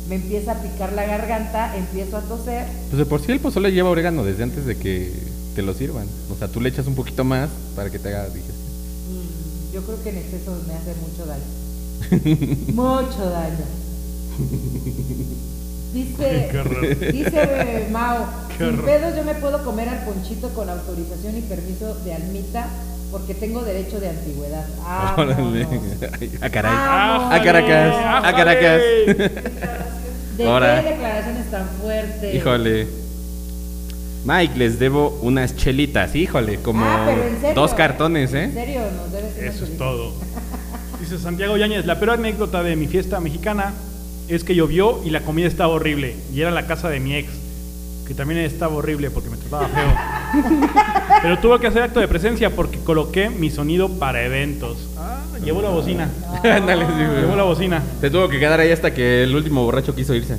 Speaker 4: me empieza a picar la garganta, empiezo a toser.
Speaker 3: Pues de por sí el pozole lleva orégano desde antes de que te lo sirvan. O sea, tú le echas un poquito más para que te haga digestión.
Speaker 4: Mm, Yo creo que en exceso me hace
Speaker 3: [laughs]
Speaker 4: mucho daño. mucho daño. Dice,
Speaker 2: [laughs] Qué horror.
Speaker 4: dice Mao,
Speaker 2: Qué
Speaker 4: sin
Speaker 2: horror.
Speaker 4: pedos yo me puedo comer al ponchito con autorización y permiso de almita porque tengo derecho de antigüedad. Ah,
Speaker 3: [laughs] Órale.
Speaker 4: vámonos.
Speaker 3: Ay, [laughs] ah, caray.
Speaker 4: Vámonos.
Speaker 3: Ah, Caracas. Ah, Caracas. [laughs]
Speaker 4: ¿De
Speaker 3: Ahora.
Speaker 4: qué declaraciones tan fuertes?
Speaker 3: Híjole. Mike, les debo unas chelitas. Híjole, como
Speaker 4: Ah, pero en serio.
Speaker 3: dos cartones,
Speaker 4: En
Speaker 3: ¿eh?
Speaker 4: serio, nos debes una [laughs]
Speaker 2: Eso es
Speaker 4: solicitud.
Speaker 2: todo. Dice Santiago Yáñez, la peor anécdota de mi fiesta mexicana es que llovió y la comida estaba horrible. Y era la casa de mi ex, que también estaba horrible porque me trataba feo. Pero tuve que hacer acto de presencia porque coloqué mi sonido para eventos. Ah, llevo la bocina.
Speaker 3: [laughs] Ándale, sí,
Speaker 2: [laughs]
Speaker 3: güey.
Speaker 2: Llevo la bocina.
Speaker 3: Se tuvo que quedar ahí hasta que el último borracho quiso irse.
Speaker 2: Eh,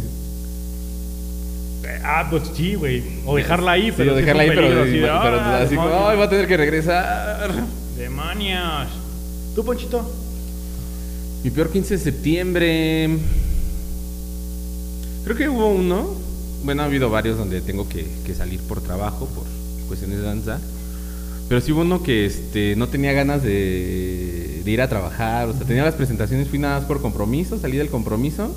Speaker 2: Ah, pues sí, güey. O dejarla ahí,
Speaker 3: Sí,
Speaker 2: pero.
Speaker 3: o
Speaker 2: sí
Speaker 3: dejarla ahí,
Speaker 2: fue un
Speaker 3: pero,
Speaker 2: peligro, así de,
Speaker 3: pero- pero
Speaker 2: "Ah,
Speaker 3: así como,
Speaker 2: demonios".
Speaker 3: "Ay, va a tener que regresar.
Speaker 2: Demonios. ¿Tú, Ponchito?
Speaker 3: Mi peor 15 de septiembre. Creo que hubo uno. Bueno, ha habido varios donde tengo que, que salir por trabajo, por cuestiones de danza. Pero sí hubo uno que este, no tenía ganas de, de ir a trabajar. O sea, tenía las presentaciones, fui nada más por compromiso, salí del compromiso.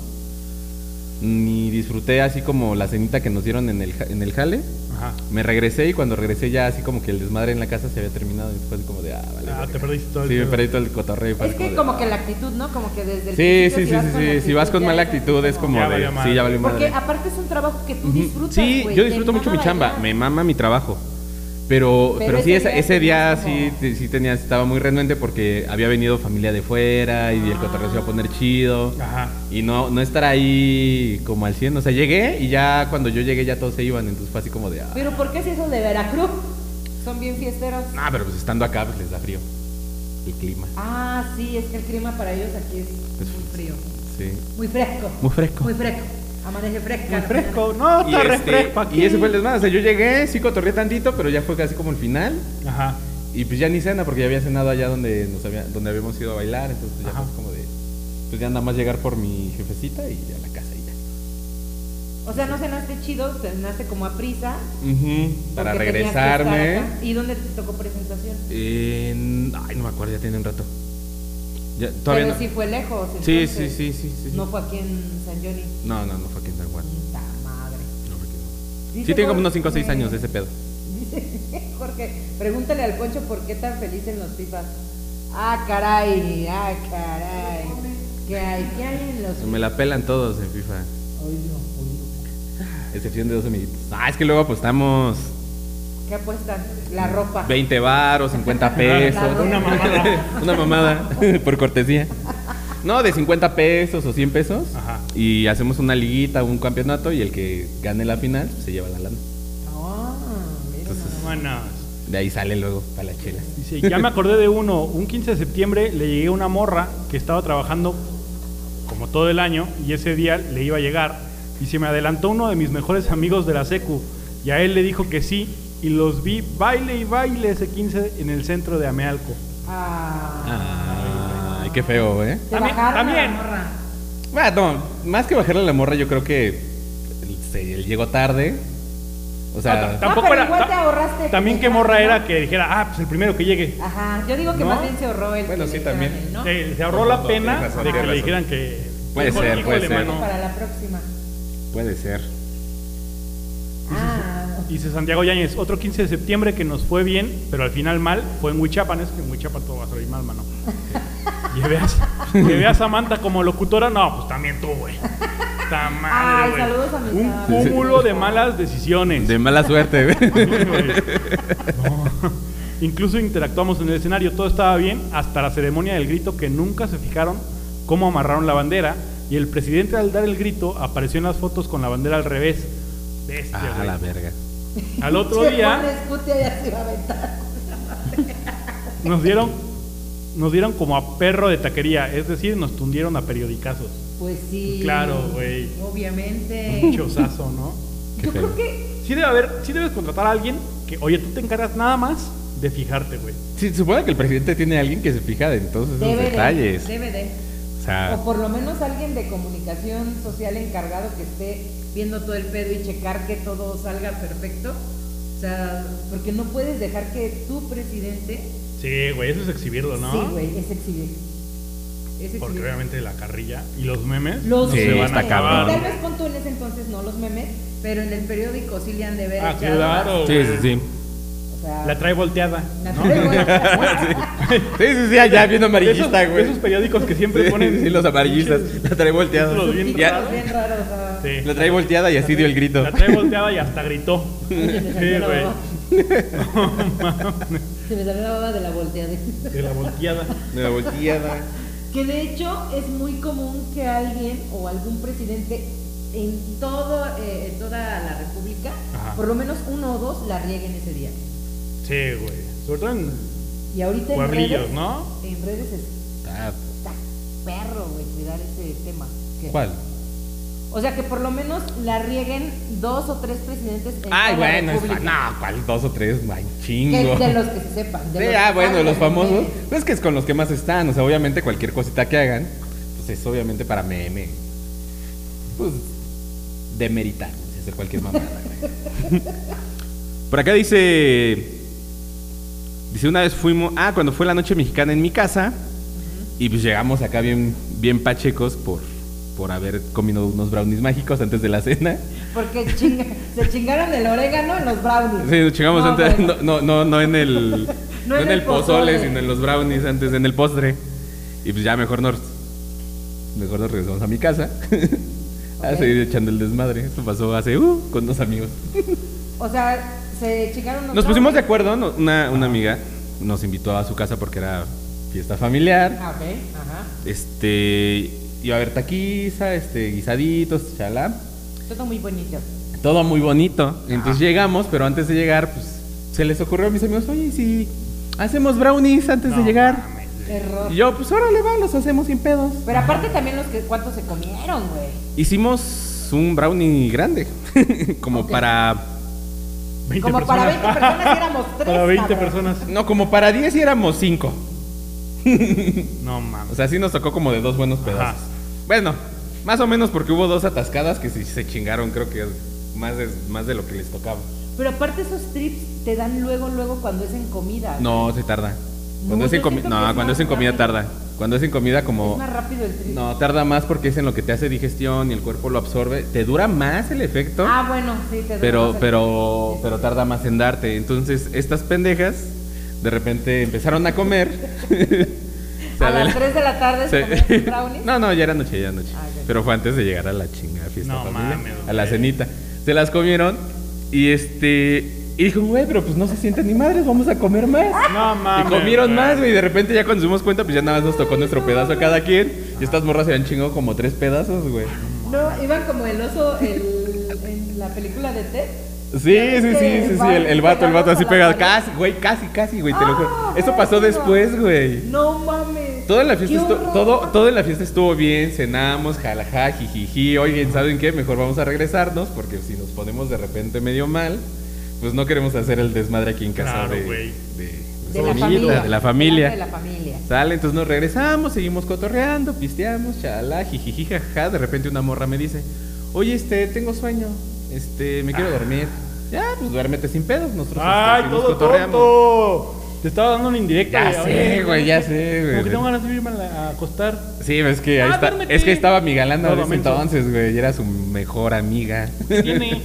Speaker 3: Ni disfruté así como la cenita que nos dieron en el, ja- en el jale.
Speaker 2: Ajá.
Speaker 3: Me regresé y cuando regresé ya así como que el desmadre en la casa se había terminado. Y fue así como de, ah, vale.
Speaker 2: Ah,
Speaker 3: verga.
Speaker 2: te perdiste todo el
Speaker 3: Sí, me
Speaker 2: pedo.
Speaker 3: perdí todo el cotorreo. y fue
Speaker 4: Es
Speaker 3: así
Speaker 4: que
Speaker 3: de,
Speaker 4: como
Speaker 3: ah.
Speaker 4: que la actitud, ¿no? Como que desde el
Speaker 3: Sí,
Speaker 4: principio,
Speaker 3: sí, sí, sí,
Speaker 4: con
Speaker 3: sí. Si vas con
Speaker 4: ya
Speaker 3: mala
Speaker 4: es así
Speaker 3: actitud es como...
Speaker 2: Ya valió madre.
Speaker 3: Sí, ya valió
Speaker 4: Porque
Speaker 3: madre.
Speaker 4: aparte es un trabajo que tú
Speaker 3: Ujú.
Speaker 4: disfrutas,
Speaker 3: Sí,
Speaker 4: güey,
Speaker 3: yo
Speaker 4: te
Speaker 3: disfruto mucho mi
Speaker 4: mama
Speaker 3: chamba,
Speaker 4: bailar.
Speaker 3: me mama mi trabajo. Pero,
Speaker 4: Pero
Speaker 3: pero, sí,
Speaker 4: ese
Speaker 3: ese,
Speaker 4: día
Speaker 3: ese día
Speaker 4: tenías
Speaker 3: sí,
Speaker 4: como-
Speaker 3: sí, sí tenía, estaba muy renuente porque había venido familia de fuera y el cotorreo se iba a poner chido.
Speaker 2: Ajá.
Speaker 3: Y no, no estar ahí como al 100. O sea, llegué y ya cuando yo llegué ya todos se iban. Entonces fue así como de... Ah,
Speaker 4: Pero ¿por qué si esos de Veracruz son bien fiesteros?
Speaker 3: nah, pero pues estando acá pues les da frío. El clima.
Speaker 4: Ah, sí, es que el clima para ellos aquí es
Speaker 3: Es-
Speaker 4: muy frío.
Speaker 3: Sí.
Speaker 4: Muy fresco.
Speaker 3: Muy fresco.
Speaker 4: Muy fresco. Amanece fresca.
Speaker 2: Muy fresco. No,
Speaker 3: Y,
Speaker 2: está
Speaker 3: este,
Speaker 2: refresco aquí.
Speaker 3: y ese fue el desmadre. O sea, yo llegué, sí cotorreé tantito, pero ya fue casi como el final.
Speaker 2: Ajá.
Speaker 3: Y pues ya ni cena, porque ya había cenado allá donde, nos había- donde habíamos ido a bailar. Entonces ya
Speaker 2: Ajá.
Speaker 3: fue como de. Pues ya nada más llegar por mi jefecita y ya a la casa y ya.
Speaker 4: O sea, no cenaste chido, cenaste como a prisa.
Speaker 3: Para
Speaker 4: porque tenías que
Speaker 3: regresarme.
Speaker 4: estar acá. ¿Y dónde te tocó presentación?
Speaker 3: en- Ay, no me acuerdo, ya tiene un rato. Ya, todavía
Speaker 4: Pero
Speaker 3: no.
Speaker 4: sí fue lejos.
Speaker 3: sí, sí,
Speaker 4: entonces.
Speaker 3: sí, sí, sí, sí.
Speaker 4: No fue aquí en San Johnny.
Speaker 3: No, no, no fue aquí en San Juan.
Speaker 4: Puta madre. [laughs]
Speaker 3: No, fue aquí, no.
Speaker 4: Dice
Speaker 3: Sí, tengo como
Speaker 4: Jorge-
Speaker 3: unos 5 o 6 años de ese pedo.
Speaker 4: Dice Jorge, pregúntale al Poncho por qué tan feliz en los pipas. Ah, caray, ah, caray. ¿Qué hay? ¿Qué hay en los
Speaker 3: Me la pelan todos en FIFA. Excepción de dos amiguitos. Ah, es que luego apostamos
Speaker 4: ¿Qué apuestan? La ropa.
Speaker 3: 20 baros, 50 pesos.
Speaker 4: Una
Speaker 2: mamada.
Speaker 3: [laughs] Una mamada, [laughs] por cortesía. No, de 50 pesos o 100 pesos.
Speaker 2: Ajá.
Speaker 3: Y hacemos una liguita, un campeonato y el que gane la final pues, se lleva la lana.
Speaker 4: Ah, mira
Speaker 3: Entonces-
Speaker 4: nomás.
Speaker 2: Buenas.
Speaker 3: De ahí sale luego para la chela.
Speaker 2: Dice, ya me acordé de uno, un 15 de septiembre le llegué a una morra que estaba trabajando como todo el año y ese día le iba a llegar y se me adelantó uno de mis mejores amigos de la secu y a él le dijo que sí y los vi baile y baile ese 15 en el centro de Amealco.
Speaker 4: Ah.
Speaker 3: Ay, qué feo, ¿eh?
Speaker 4: Te
Speaker 2: También-
Speaker 4: bajaron a la
Speaker 2: también.
Speaker 4: morra.
Speaker 3: Bueno, más que bajarle a la morra, yo creo que el- se- él llegó tarde. O sea,
Speaker 2: Ta- Ah, tampoco
Speaker 4: pero
Speaker 2: era-
Speaker 4: igual
Speaker 2: ta-
Speaker 4: te ahorraste
Speaker 2: También
Speaker 4: que
Speaker 2: qué
Speaker 4: te
Speaker 2: morra
Speaker 4: dijeran,
Speaker 2: era
Speaker 4: ¿no?
Speaker 2: que dijera, "Ah, pues el primero que llegue."
Speaker 4: Ajá, yo digo que
Speaker 2: ¿No?
Speaker 4: más bien se ahorró el.
Speaker 3: Bueno,
Speaker 4: que
Speaker 3: sí,
Speaker 4: le dijeran
Speaker 3: también.
Speaker 4: él, ¿no?
Speaker 2: Se, se ahorró la
Speaker 3: No,
Speaker 2: pena
Speaker 3: tienes
Speaker 2: de
Speaker 3: razón,
Speaker 2: que
Speaker 3: tienes
Speaker 2: le
Speaker 3: razón.
Speaker 2: dijeran que
Speaker 3: Puede
Speaker 2: Híjole,
Speaker 3: ser, puede
Speaker 2: híjole,
Speaker 3: ser.
Speaker 2: mano.
Speaker 4: Para la próxima.
Speaker 3: puede ser.
Speaker 4: Ah,
Speaker 2: Dice Santiago Yáñez, otro 15 de septiembre que nos fue bien, pero al final mal, fue en Huichapan, es que en Huichapan todo va a salir mal,
Speaker 3: [laughs]
Speaker 2: mano. Llevé a, llevé a Samantha como locutora, no, pues también tú, güey. Ta madre,
Speaker 4: Ay,
Speaker 2: güey.
Speaker 4: saludos a mi
Speaker 2: Un
Speaker 4: Sam.
Speaker 2: cúmulo de malas decisiones.
Speaker 3: De mala suerte,
Speaker 2: Sí,
Speaker 3: güey.
Speaker 2: güey. No. [laughs] Incluso interactuamos en el escenario, todo estaba bien, hasta la ceremonia del grito que nunca se fijaron cómo amarraron la bandera y el presidente al dar el grito apareció en las fotos con la bandera al revés. Bestia,
Speaker 3: Ah,
Speaker 2: güey.
Speaker 3: la verga.
Speaker 2: Al
Speaker 4: [laughs]
Speaker 2: otro día...
Speaker 4: Pobre Scuti, ya se iba a aventar.
Speaker 2: Nos dieron, nos dieron como a perro de taquería, es decir, nos tundieron a periodicazos.
Speaker 4: Pues sí.
Speaker 2: Claro, güey.
Speaker 3: Eh.
Speaker 4: Obviamente.
Speaker 2: Un chozazo, ¿no?
Speaker 3: Qué
Speaker 4: Yo creo
Speaker 3: feo.
Speaker 4: que
Speaker 2: Sí debe haber, sí debes contratar a alguien que, oye, tú te encargas nada más de fijarte, güey.
Speaker 3: Sí, supongo que el presidente tiene a alguien que se fija de todos esos
Speaker 4: debe de,
Speaker 3: detalles.
Speaker 4: debe de.
Speaker 3: O sea,
Speaker 2: Ah.
Speaker 4: O por lo menos alguien de comunicación social encargado que esté viendo todo el pedo y checar que todo salga perfecto. O sea, porque no puedes dejar que tu presidente.
Speaker 2: Sí, güey, eso es exhibirlo, ¿no?
Speaker 4: Sí, güey, es exhibir. Es exhibir.
Speaker 2: Porque obviamente la carrilla y los memes
Speaker 4: Los
Speaker 2: no
Speaker 3: Sí,
Speaker 2: se
Speaker 4: memes.
Speaker 2: van a
Speaker 3: está cabrón.
Speaker 2: acabar.
Speaker 4: Tal vez pon tú en ese entonces no los memes, pero en el periódico sí le han de ver.
Speaker 2: Ah,
Speaker 4: echado
Speaker 2: claro.
Speaker 3: sí,
Speaker 2: güey.
Speaker 3: sí, sí.
Speaker 4: O sea,
Speaker 2: La trae volteada.
Speaker 4: la
Speaker 2: ¿no?
Speaker 4: traigo.
Speaker 2: [laughs]
Speaker 3: Sí, sí, sí, ya viendo amarillista,
Speaker 2: Esos,
Speaker 3: güey.
Speaker 2: esos periódicos que siempre ponen.
Speaker 3: Sí, los amarillistas. La trae
Speaker 2: Los
Speaker 3: volteada.
Speaker 2: bien
Speaker 4: Títulos
Speaker 3: Ya-
Speaker 4: bien raros, o sea. [laughs]
Speaker 2: Sí.
Speaker 3: La trae volteada y así dio el grito.
Speaker 2: La trae volteada y hasta
Speaker 3: [laughs]
Speaker 2: gritó. Sí,
Speaker 4: Oye, me salió la
Speaker 2: güey.
Speaker 4: baba. Se me salió la baba de la volteada.
Speaker 2: De la volteada.
Speaker 3: [laughs] De la volteada.
Speaker 4: Que de hecho es muy común que alguien o algún presidente en todo, eh, en toda la república,
Speaker 2: Ajá.
Speaker 4: por lo menos uno o dos, la rieguen ese día.
Speaker 2: Sí, güey. Sobre todo en
Speaker 4: Y ahorita en
Speaker 2: pueblillos,
Speaker 4: redes,
Speaker 2: ¿no?
Speaker 4: en redes es
Speaker 3: Ah,
Speaker 4: está perro, güey, cuidar ese tema. ¿Qué?
Speaker 3: ¿Cuál?
Speaker 4: O sea, que por lo menos la rieguen dos o tres presidentes en
Speaker 3: Ay,
Speaker 4: toda la
Speaker 3: bueno, es fa-
Speaker 4: república.
Speaker 3: no, ¿cuál? Dos o tres, ay,
Speaker 4: Que
Speaker 3: chingo.
Speaker 4: es de los que se sepan. de
Speaker 3: Sí,
Speaker 4: los
Speaker 3: ah,
Speaker 4: que
Speaker 3: bueno,
Speaker 4: saben,
Speaker 3: los famosos.
Speaker 4: eh,
Speaker 3: Pues que es con los que más están. O sea, obviamente cualquier cosita que hagan, pues es obviamente para meme. Pues demeritar, es hacer cualquier mamada. güey. [laughs] Por acá dice. Dice, una vez fuimos. Ah, cuando fue la noche mexicana en mi casa. Y pues llegamos acá bien, bien pachecos por, por haber comido unos brownies mágicos antes de la cena.
Speaker 4: Porque chinga- se chingaron el orégano en los brownies.
Speaker 3: Sí, nos chingamos
Speaker 4: No,
Speaker 3: antes.
Speaker 4: bueno.
Speaker 3: No, no, no, no en el. [laughs] no, en el pozole, sino en los brownies antes, en el postre. Y pues ya mejor nos. Mejor nos regresamos a mi casa. [laughs] a
Speaker 4: Ok.
Speaker 3: seguir echando el desmadre. Esto pasó hace. Uh, con dos amigos.
Speaker 4: O sea, se chingaron los
Speaker 3: Nos pusimos de
Speaker 4: brownies.
Speaker 3: acuerdo. no- Una, una amiga nos invitó a su casa porque era fiesta familiar.
Speaker 4: Ah, ok, ajá.
Speaker 3: Este. Iba a haber taquiza, este, guisaditos, chalá.
Speaker 4: Todo muy bonito.
Speaker 3: Todo muy bonito. Entonces llegamos, pero antes de llegar, pues se les ocurrió a mis amigos, oye, ¿y si hacemos brownies antes de
Speaker 2: No
Speaker 3: llegar.
Speaker 2: mames.
Speaker 4: Error.
Speaker 3: Y yo, pues órale, va, los hacemos sin pedos.
Speaker 4: Pero aparte también los que cuántos se comieron, güey.
Speaker 3: Hicimos un brownie grande, [laughs] como
Speaker 4: Ok.
Speaker 3: para...
Speaker 2: 20
Speaker 4: Como para 20 personas éramos
Speaker 2: [laughs]
Speaker 4: tres,
Speaker 2: Para 20
Speaker 4: cabrón.
Speaker 2: personas.
Speaker 3: No, como para 10 y éramos 5.
Speaker 2: No
Speaker 3: O
Speaker 2: mames.
Speaker 3: sea, sí nos tocó como de dos buenos pedazos.
Speaker 2: Ajá.
Speaker 3: Bueno, más o menos porque hubo dos atascadas que sí se chingaron, creo que más de, más de lo que les tocaba.
Speaker 4: Pero aparte esos trips te dan luego, luego cuando es en comida.
Speaker 3: No, se tarda. Cuando
Speaker 4: No,
Speaker 3: es en
Speaker 4: yo
Speaker 3: comi-
Speaker 4: siento que
Speaker 3: no,
Speaker 4: es
Speaker 3: cuando
Speaker 4: más
Speaker 3: es en comida
Speaker 4: rápido.
Speaker 3: tarda. Cuando es en comida como...
Speaker 4: Es más rápido el trip.
Speaker 3: No, tarda más porque es en lo que te hace digestión y el cuerpo lo absorbe. Te dura más el efecto,
Speaker 4: Ah, bueno, sí, te doy
Speaker 3: pero,
Speaker 4: razón.
Speaker 3: pero, pero tarda más en darte. Entonces, estas pendejas de repente empezaron a
Speaker 4: [laughs]
Speaker 3: comer. Se
Speaker 4: A las
Speaker 3: adela-
Speaker 4: 3 de la
Speaker 3: se-
Speaker 4: tarde se
Speaker 3: [laughs]
Speaker 4: comieron tus brownies.
Speaker 3: no, no, ya era noche, ya era noche.
Speaker 4: Ah, ya.
Speaker 3: Pero fue antes de llegar a la chingada fiesta
Speaker 2: No
Speaker 3: familiar,
Speaker 2: mames,
Speaker 3: a la
Speaker 2: güey.
Speaker 3: cenita. Se las comieron y este. Y dijo, güey, pero pues no se sienten ni madres, vamos a comer más.
Speaker 4: [laughs]
Speaker 2: No mames.
Speaker 3: Y comieron
Speaker 2: güey.
Speaker 3: más, güey. Y de repente ya cuando nos dimos cuenta, pues ya nada más nos tocó nuestro pedazo a cada quien. Y estas morras se habían chingado como tres pedazos, güey.
Speaker 4: No, iban como el oso el- en la película de Ted.
Speaker 3: Sí,
Speaker 4: Ya ves
Speaker 3: sí, sí,
Speaker 4: que
Speaker 3: sí, sí,
Speaker 4: van
Speaker 3: el, el vato, el vato
Speaker 4: pegados
Speaker 3: así
Speaker 4: a la
Speaker 3: pegado.
Speaker 4: pared.
Speaker 3: Casi, güey, casi, casi, güey, te lo juro.
Speaker 4: Ah,
Speaker 3: Eso pasó
Speaker 4: verga.
Speaker 3: después, güey.
Speaker 4: No mames.
Speaker 3: Toda la fiesta,
Speaker 4: Qué
Speaker 3: estu-
Speaker 4: horror.
Speaker 3: todo, todo en la fiesta estuvo bien, cenamos, jalaja, jijiji. Oigan, ¿saben qué? Mejor vamos a regresarnos porque si nos ponemos de repente medio mal, pues no queremos hacer el desmadre aquí en casa
Speaker 2: Claro,
Speaker 3: de,
Speaker 2: güey.
Speaker 3: de,
Speaker 4: de la
Speaker 3: amiguita,
Speaker 4: familia.
Speaker 3: de la familia.
Speaker 4: De la familia.
Speaker 3: Sale, entonces nos regresamos, seguimos cotorreando, pisteamos, chalá, jijiji, jaja. De repente una morra me dice, oye, este, tengo sueño, este, me quiero dormir. Ya, pues duérmete sin pedos, nosotros este, hasta
Speaker 2: Ah. Ay,
Speaker 3: aquí nos
Speaker 2: todo
Speaker 3: cotorreamos.
Speaker 2: tonto. Te estaba dando una indirecta.
Speaker 3: Ya sé,
Speaker 2: Oye,
Speaker 3: güey, ya sé,
Speaker 2: Como que tengo
Speaker 3: güey.
Speaker 2: ganas de irme a la- a acostar.
Speaker 3: Sí, es que ahí
Speaker 2: Ah,
Speaker 3: está,
Speaker 2: duérmete.
Speaker 3: es que estaba mi galana
Speaker 2: Todo
Speaker 3: de ese
Speaker 2: menso.
Speaker 3: entonces, güey, y era su
Speaker 2: [laughs]
Speaker 3: mejor amiga.
Speaker 2: ¿Qué tiene?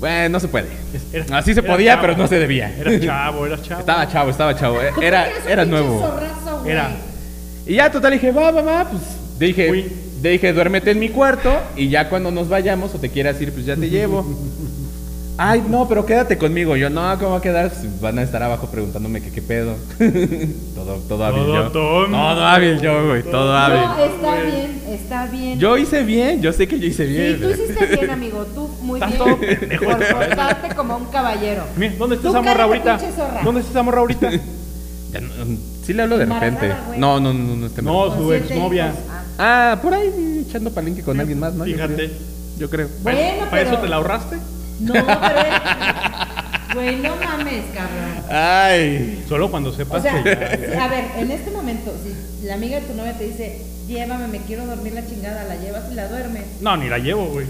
Speaker 3: bueno, no se puede.
Speaker 2: Era-
Speaker 3: Así se
Speaker 2: era
Speaker 3: podía,
Speaker 2: chavo.
Speaker 3: pero no se debía.
Speaker 2: Era chavo, era chavo.
Speaker 3: Estaba chavo, estaba chavo, eh,
Speaker 4: ¿Cómo
Speaker 3: era,
Speaker 4: que eres un
Speaker 3: era
Speaker 4: pinche
Speaker 3: nuevo.
Speaker 4: zorrazo, güey?
Speaker 2: Era.
Speaker 3: Y ya, total, dije, va, va, va, pues dije,
Speaker 2: Uy.
Speaker 3: dije, duérmete en mi cuarto y ya cuando nos vayamos o te quieras ir, pues ya
Speaker 2: [laughs]
Speaker 3: te llevo. Ay, no, pero quédate conmigo. Yo, no, ¿cómo va a quedar? Pues, van a estar abajo preguntándome que qué pedo. [laughs] todo, todo hábil
Speaker 2: Todo
Speaker 3: yo.
Speaker 2: tonto.
Speaker 3: Todo hábil yo, güey, todo
Speaker 4: No,
Speaker 3: hábil.
Speaker 4: está bien, está bien.
Speaker 3: Yo hice bien, yo sé que yo hice
Speaker 4: Sí,
Speaker 3: bien.
Speaker 4: tú hiciste bien, amigo. Tú muy
Speaker 2: Estás
Speaker 4: bien.
Speaker 2: todo pendejo.
Speaker 4: Por portarte como un caballero.
Speaker 2: Mira, ¿dónde está
Speaker 4: Tú
Speaker 2: esa morra
Speaker 4: cállate,
Speaker 2: ahorita?
Speaker 4: pinche zorra.
Speaker 2: ¿Dónde está esa morra ahorita?
Speaker 3: Ya [laughs] no- sí le hablo de
Speaker 4: Embarazada,
Speaker 3: repente.
Speaker 4: güey.
Speaker 3: No, no, no, no, este
Speaker 2: No,
Speaker 4: Con
Speaker 2: su
Speaker 4: siete
Speaker 2: exnovia.
Speaker 4: hijos. Ah.
Speaker 3: Ah, por ahí echando palenque con alguien más, ¿no? Yo
Speaker 2: Fíjate.
Speaker 3: creo. Yo creo.
Speaker 4: Bueno,
Speaker 2: ¿Para eso
Speaker 4: pero-
Speaker 2: te la ahorraste?
Speaker 4: No, pero. Güey, no mames, cabrón.
Speaker 3: Ay.
Speaker 2: Solo cuando
Speaker 4: O
Speaker 2: sepas
Speaker 4: sea,
Speaker 2: que
Speaker 4: [laughs] si- a ver, en este momento, si la amiga de tu novia te dice, llévame, me quiero dormir la chingada, la llevas y la duermes.
Speaker 2: No, ni la llevo, güey.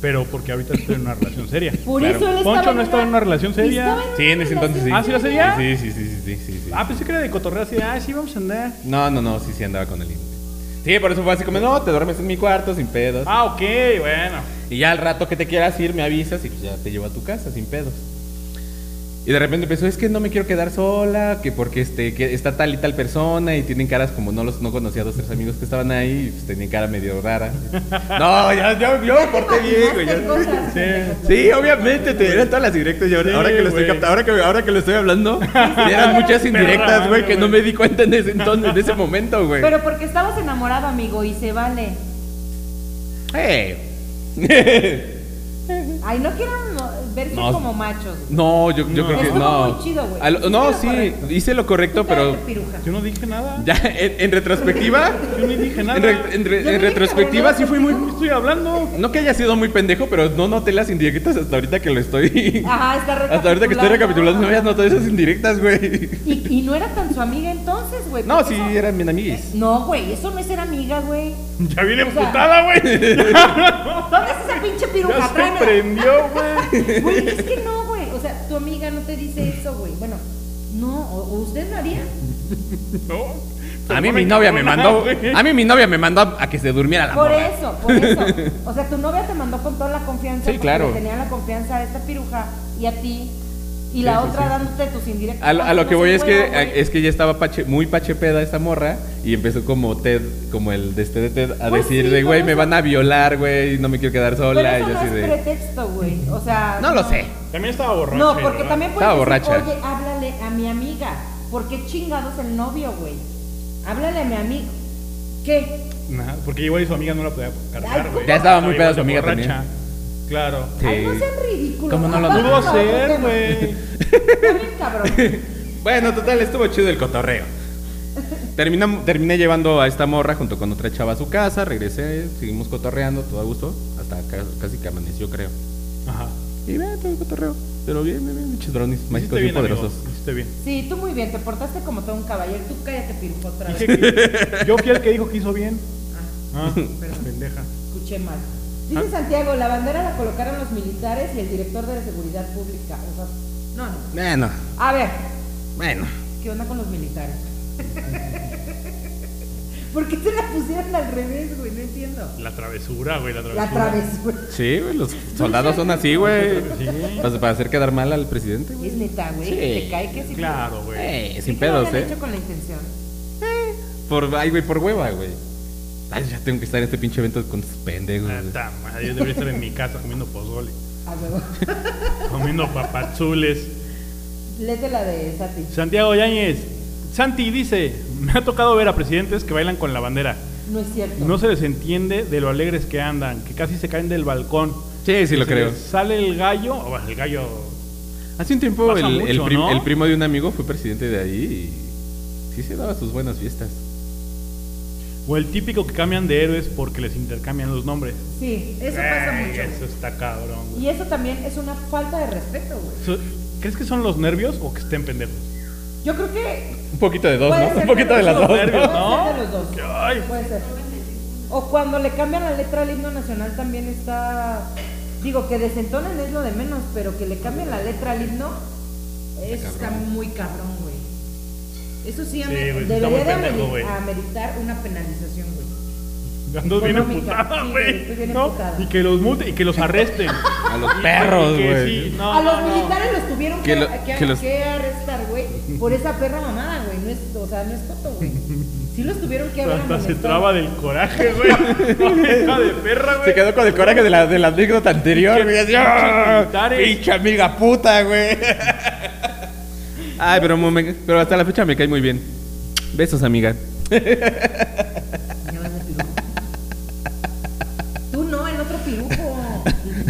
Speaker 2: Pero porque ahorita estoy en una relación seria.
Speaker 4: Por
Speaker 3: Claro.
Speaker 4: eso él estaba
Speaker 2: Poncho no estaba en una relación seria.
Speaker 4: estaba en una
Speaker 3: Sí, en ese entonces sí.
Speaker 4: relación
Speaker 2: ¿Ah, sí lo sería?
Speaker 3: Sí, sí, sí, sí, sí, sí, sí.
Speaker 2: Ah, pensé que era de cotorreo así. de, Ah, sí, vamos a andar.
Speaker 3: No, no, no, sí, sí andaba con alguien. Sí, por eso fue así como, no, te duermes en mi cuarto sin pedos.
Speaker 2: Ah, ok, bueno.
Speaker 3: Y ya al rato que te quieras ir, me avisas y pues ya te llevo a tu casa sin pedos. Y de repente empezó, es que no me quiero quedar sola, que porque este, que está tal y tal persona y tienen caras como no los no conocía a dos tres amigos que estaban ahí, y pues tenían cara
Speaker 2: [laughs]
Speaker 3: medio rara. no, ya, ya, yo me porté bien, güey. ya.
Speaker 4: Cosas,
Speaker 2: Sí.
Speaker 3: Sí, obviamente, te dieron todas las directas y ahora,
Speaker 2: Sí,
Speaker 3: ahora que lo estoy
Speaker 2: güey.
Speaker 3: capta- ahora que, ahora que lo
Speaker 2: [laughs]
Speaker 3: estoy hablando, me eran muchas indirectas,
Speaker 2: Perra,
Speaker 3: güey, que no
Speaker 2: güey.
Speaker 3: me di cuenta en ese entonces, en ese momento, güey.
Speaker 5: Pero porque estabas enamorado, amigo, y se vale.
Speaker 3: Eh. [laughs]
Speaker 4: Ay, no quieran no, verse
Speaker 3: No.
Speaker 4: como machos.
Speaker 3: No, yo, yo creo que
Speaker 4: Estuvo
Speaker 3: no.
Speaker 4: muy chido, güey.
Speaker 3: Al-
Speaker 4: Hiciste
Speaker 3: no,
Speaker 4: lo
Speaker 3: sí,
Speaker 4: correcto.
Speaker 3: hice lo correcto, pero
Speaker 4: Tú cállate, piruja.
Speaker 2: Yo no dije nada.
Speaker 3: [laughs] ya en, en retrospectiva,
Speaker 2: Yo no dije
Speaker 3: en,
Speaker 2: nada.
Speaker 3: re- en re-
Speaker 4: Yo
Speaker 3: en
Speaker 4: dije,
Speaker 3: retrospectiva sí fui muy
Speaker 2: ¿Qué estoy hablando?
Speaker 3: no que haya sido muy pendejo, pero no noté las indirectas hasta ahorita que lo
Speaker 4: [laughs]
Speaker 3: estoy
Speaker 5: Ajá, está
Speaker 3: hasta ahorita que estoy recapitulando, no habías notado esas indirectas, güey.
Speaker 5: Y, y no era tan su amiga entonces, güey.
Speaker 3: No,
Speaker 5: porque
Speaker 3: sí,
Speaker 5: eso-
Speaker 3: eran bien amiguis.
Speaker 5: No, güey, eso no es ser amiga, güey.
Speaker 2: Ya viene
Speaker 5: O sea,
Speaker 2: putada,
Speaker 3: [laughs]
Speaker 2: güey.
Speaker 5: ¿Dónde es esa pinche
Speaker 2: Ya
Speaker 5: piruja?
Speaker 2: se
Speaker 5: Tráemela.
Speaker 4: [laughs]
Speaker 2: prendió, güey.
Speaker 4: Güey, es que no, güey. O sea, tu amiga no te dice eso, güey. Bueno, no, o, o usted no haría.
Speaker 2: No.
Speaker 3: A mí
Speaker 2: Perdóname,
Speaker 3: mi novia me
Speaker 2: cabrona,
Speaker 3: mandó,
Speaker 2: güey.
Speaker 3: a mí mi novia me mandó a, a que se durmiera la
Speaker 4: Por
Speaker 3: morra.
Speaker 4: eso, por eso.
Speaker 3: [laughs]
Speaker 4: O sea, tu novia te mandó con toda la confianza.
Speaker 3: Sí,
Speaker 4: porque
Speaker 3: claro.
Speaker 4: le Tenía la confianza a esta piruja y a ti. Y
Speaker 3: Sí,
Speaker 4: la
Speaker 3: sí,
Speaker 4: otra
Speaker 3: sí.
Speaker 4: dándote tus indirectas.
Speaker 3: A, lo- a lo
Speaker 4: No
Speaker 3: que
Speaker 4: se
Speaker 3: voy es que
Speaker 4: puede, güey.
Speaker 3: es que ya estaba pache- muy pachepeda esta morra y empezó como Ted, como el de este de Ted, a
Speaker 4: Pues sí,
Speaker 3: decir de güey,
Speaker 4: por
Speaker 3: me
Speaker 4: eso-
Speaker 3: van a violar, güey, no me quiero quedar
Speaker 4: Pero
Speaker 3: sola. Y
Speaker 4: eso
Speaker 3: yo
Speaker 4: no
Speaker 3: así
Speaker 4: es
Speaker 3: de.
Speaker 4: pretexto, güey. O sea.
Speaker 3: No lo sé.
Speaker 2: También estaba borracho.
Speaker 4: No, porque también puedes
Speaker 3: Estaba
Speaker 4: decir,
Speaker 3: borracha.
Speaker 4: oye, háblale a mi amiga. ¿Por qué chingados el novio, güey? Háblale a mi amigo. ¿Qué?
Speaker 2: porque igual y su amiga no la podía
Speaker 4: Ay,
Speaker 2: cargar,
Speaker 4: ¿cómo?
Speaker 2: güey.
Speaker 3: Ya estaba muy
Speaker 2: Estaba
Speaker 3: peda su
Speaker 2: igual
Speaker 3: amiga
Speaker 2: de borracha. Claro.
Speaker 3: Sí.
Speaker 4: Ay, no sean ridículos.
Speaker 3: ¿Cómo no lo
Speaker 4: Aparte,
Speaker 2: Pudo
Speaker 4: no,
Speaker 2: ser,
Speaker 4: porque no.
Speaker 2: güey.
Speaker 4: Está bien, cabrón.
Speaker 3: [laughs] Bueno, total, estuvo chido el
Speaker 4: [laughs]
Speaker 3: cotorreo. Terminam- terminé llevando a esta morra junto con otra chava a su casa, regresé, seguimos cotorreando, todo a gusto, hasta ca- casi que amaneció, creo.
Speaker 2: Ajá.
Speaker 3: Y ve, todo el cotorreo. Pero bien, bien, bien, muchos drones
Speaker 2: Hiciste
Speaker 3: mágicos bien,
Speaker 2: amigo,
Speaker 3: poderosos.
Speaker 2: Hiciste bien.
Speaker 4: Sí, tú muy bien, te portaste como todo un caballero. Tú cállate, pirujo, otra vez.
Speaker 2: Dije que- yo fui el que dijo que hizo bien. [laughs] Ah, pendeja.
Speaker 4: Escuché mal. Dice Santiago, la bandera la colocaron los militares y el director de la seguridad pública. O sea, no, no.
Speaker 3: Bueno,
Speaker 4: A ver,
Speaker 3: bueno.
Speaker 4: ¿qué onda con los militares? [laughs] ¿Por qué se la pusieron al revés, güey? No entiendo.
Speaker 2: La travesura, güey, la travesura.
Speaker 4: La travesura.
Speaker 3: Sí, güey, los soldados son así, güey. Pues
Speaker 2: Sí.
Speaker 3: Para para hacer quedar mal al presidente, güey.
Speaker 4: Es neta, güey.
Speaker 3: Sí.
Speaker 4: Te cae que sí.
Speaker 2: Claro, güey.
Speaker 3: Eh,
Speaker 4: ¿Y
Speaker 3: sin
Speaker 4: qué lo
Speaker 3: pedos,
Speaker 4: habían
Speaker 3: eh.
Speaker 4: hecho con la intención?
Speaker 3: Por, ay, güey, por hueva, güey. Ay, ya tengo que estar en este pinche evento con estos pendejos. güey.
Speaker 2: Neta, madre, pues, yo debería estar en mi casa comiendo pozole,
Speaker 4: A huevo.
Speaker 2: [laughs] comiendo papazules.
Speaker 4: Léete la de Sati.
Speaker 2: Santiago Yáñez. Santi dice, me ha tocado ver a presidentes que bailan con la bandera.
Speaker 4: No es cierto.
Speaker 2: No se les entiende de lo alegres que andan, que casi se caen del balcón.
Speaker 3: Sí, sí, lo
Speaker 2: Se
Speaker 3: creo.
Speaker 2: les Sale el gallo, o el gallo...
Speaker 3: Hace un tiempo el,
Speaker 2: Pasa
Speaker 3: el
Speaker 2: mucho,
Speaker 3: prim-
Speaker 2: ¿no?
Speaker 3: el primo de un amigo fue presidente de ahí y sí se daba sus buenas fiestas.
Speaker 2: O el típico que cambian de héroes porque les intercambian los nombres.
Speaker 4: Sí, eso pasa
Speaker 2: Ey,
Speaker 4: mucho.
Speaker 2: Eso está cabrón. güey.
Speaker 4: Y eso también es una falta de respeto, güey.
Speaker 2: So- ¿Crees que son los nervios o que estén pendejos?
Speaker 4: Yo creo que
Speaker 3: Un poquito de dos,
Speaker 4: Puede
Speaker 3: ¿no?
Speaker 4: ser
Speaker 3: Un poquito de
Speaker 4: los
Speaker 3: las
Speaker 4: dos,
Speaker 3: dos.
Speaker 2: Los nervios,
Speaker 3: ¿no?
Speaker 2: ¿no?
Speaker 4: Puede ser de los dos.
Speaker 2: Que, ay,
Speaker 4: puede ser. O cuando le cambian la letra al himno nacional también está. Digo, que desentonen es lo de menos, pero que le cambien la letra al himno eso está muy cabrón, güey. Eso sí,
Speaker 2: Sí,
Speaker 4: ame-
Speaker 2: güey, sí está muy
Speaker 4: debería de
Speaker 2: pendejo,
Speaker 4: ameri-
Speaker 2: güey.
Speaker 4: ameritar una penalización, güey.
Speaker 2: Ando bien
Speaker 4: Económica,
Speaker 2: emputada,
Speaker 4: sí,
Speaker 2: güey.
Speaker 4: estoy bien
Speaker 2: ¿no?
Speaker 4: emputada.
Speaker 2: Y que los multen y que los arresten.
Speaker 3: A los [laughs] perros,
Speaker 2: Y [laughs] que
Speaker 3: güey.
Speaker 2: sí, no,
Speaker 4: a los
Speaker 2: no, no.
Speaker 4: militares los tuvieron que,
Speaker 3: Que lo-
Speaker 4: que-
Speaker 3: que los-
Speaker 4: que arrestar, güey, por esa perra mamada, güey. No es, o sea, no es coto, güey. Sí los tuvieron que haber
Speaker 2: Hasta se
Speaker 4: amonestado.
Speaker 2: traba del coraje,
Speaker 3: [laughs]
Speaker 2: güey. Hija de perra, güey.
Speaker 3: Se quedó con el coraje de la, de la anécdota anterior,
Speaker 2: Pinche-
Speaker 3: güey. así,
Speaker 2: pinches
Speaker 3: ¡ah!
Speaker 2: militares.
Speaker 3: Pinche amiga puta, güey. Ay, pero, mo- me- pero hasta la fecha me cae muy bien. Besos, amiga.
Speaker 4: Ya vas de pirujo. Tú no, el otro pirujo. [laughs]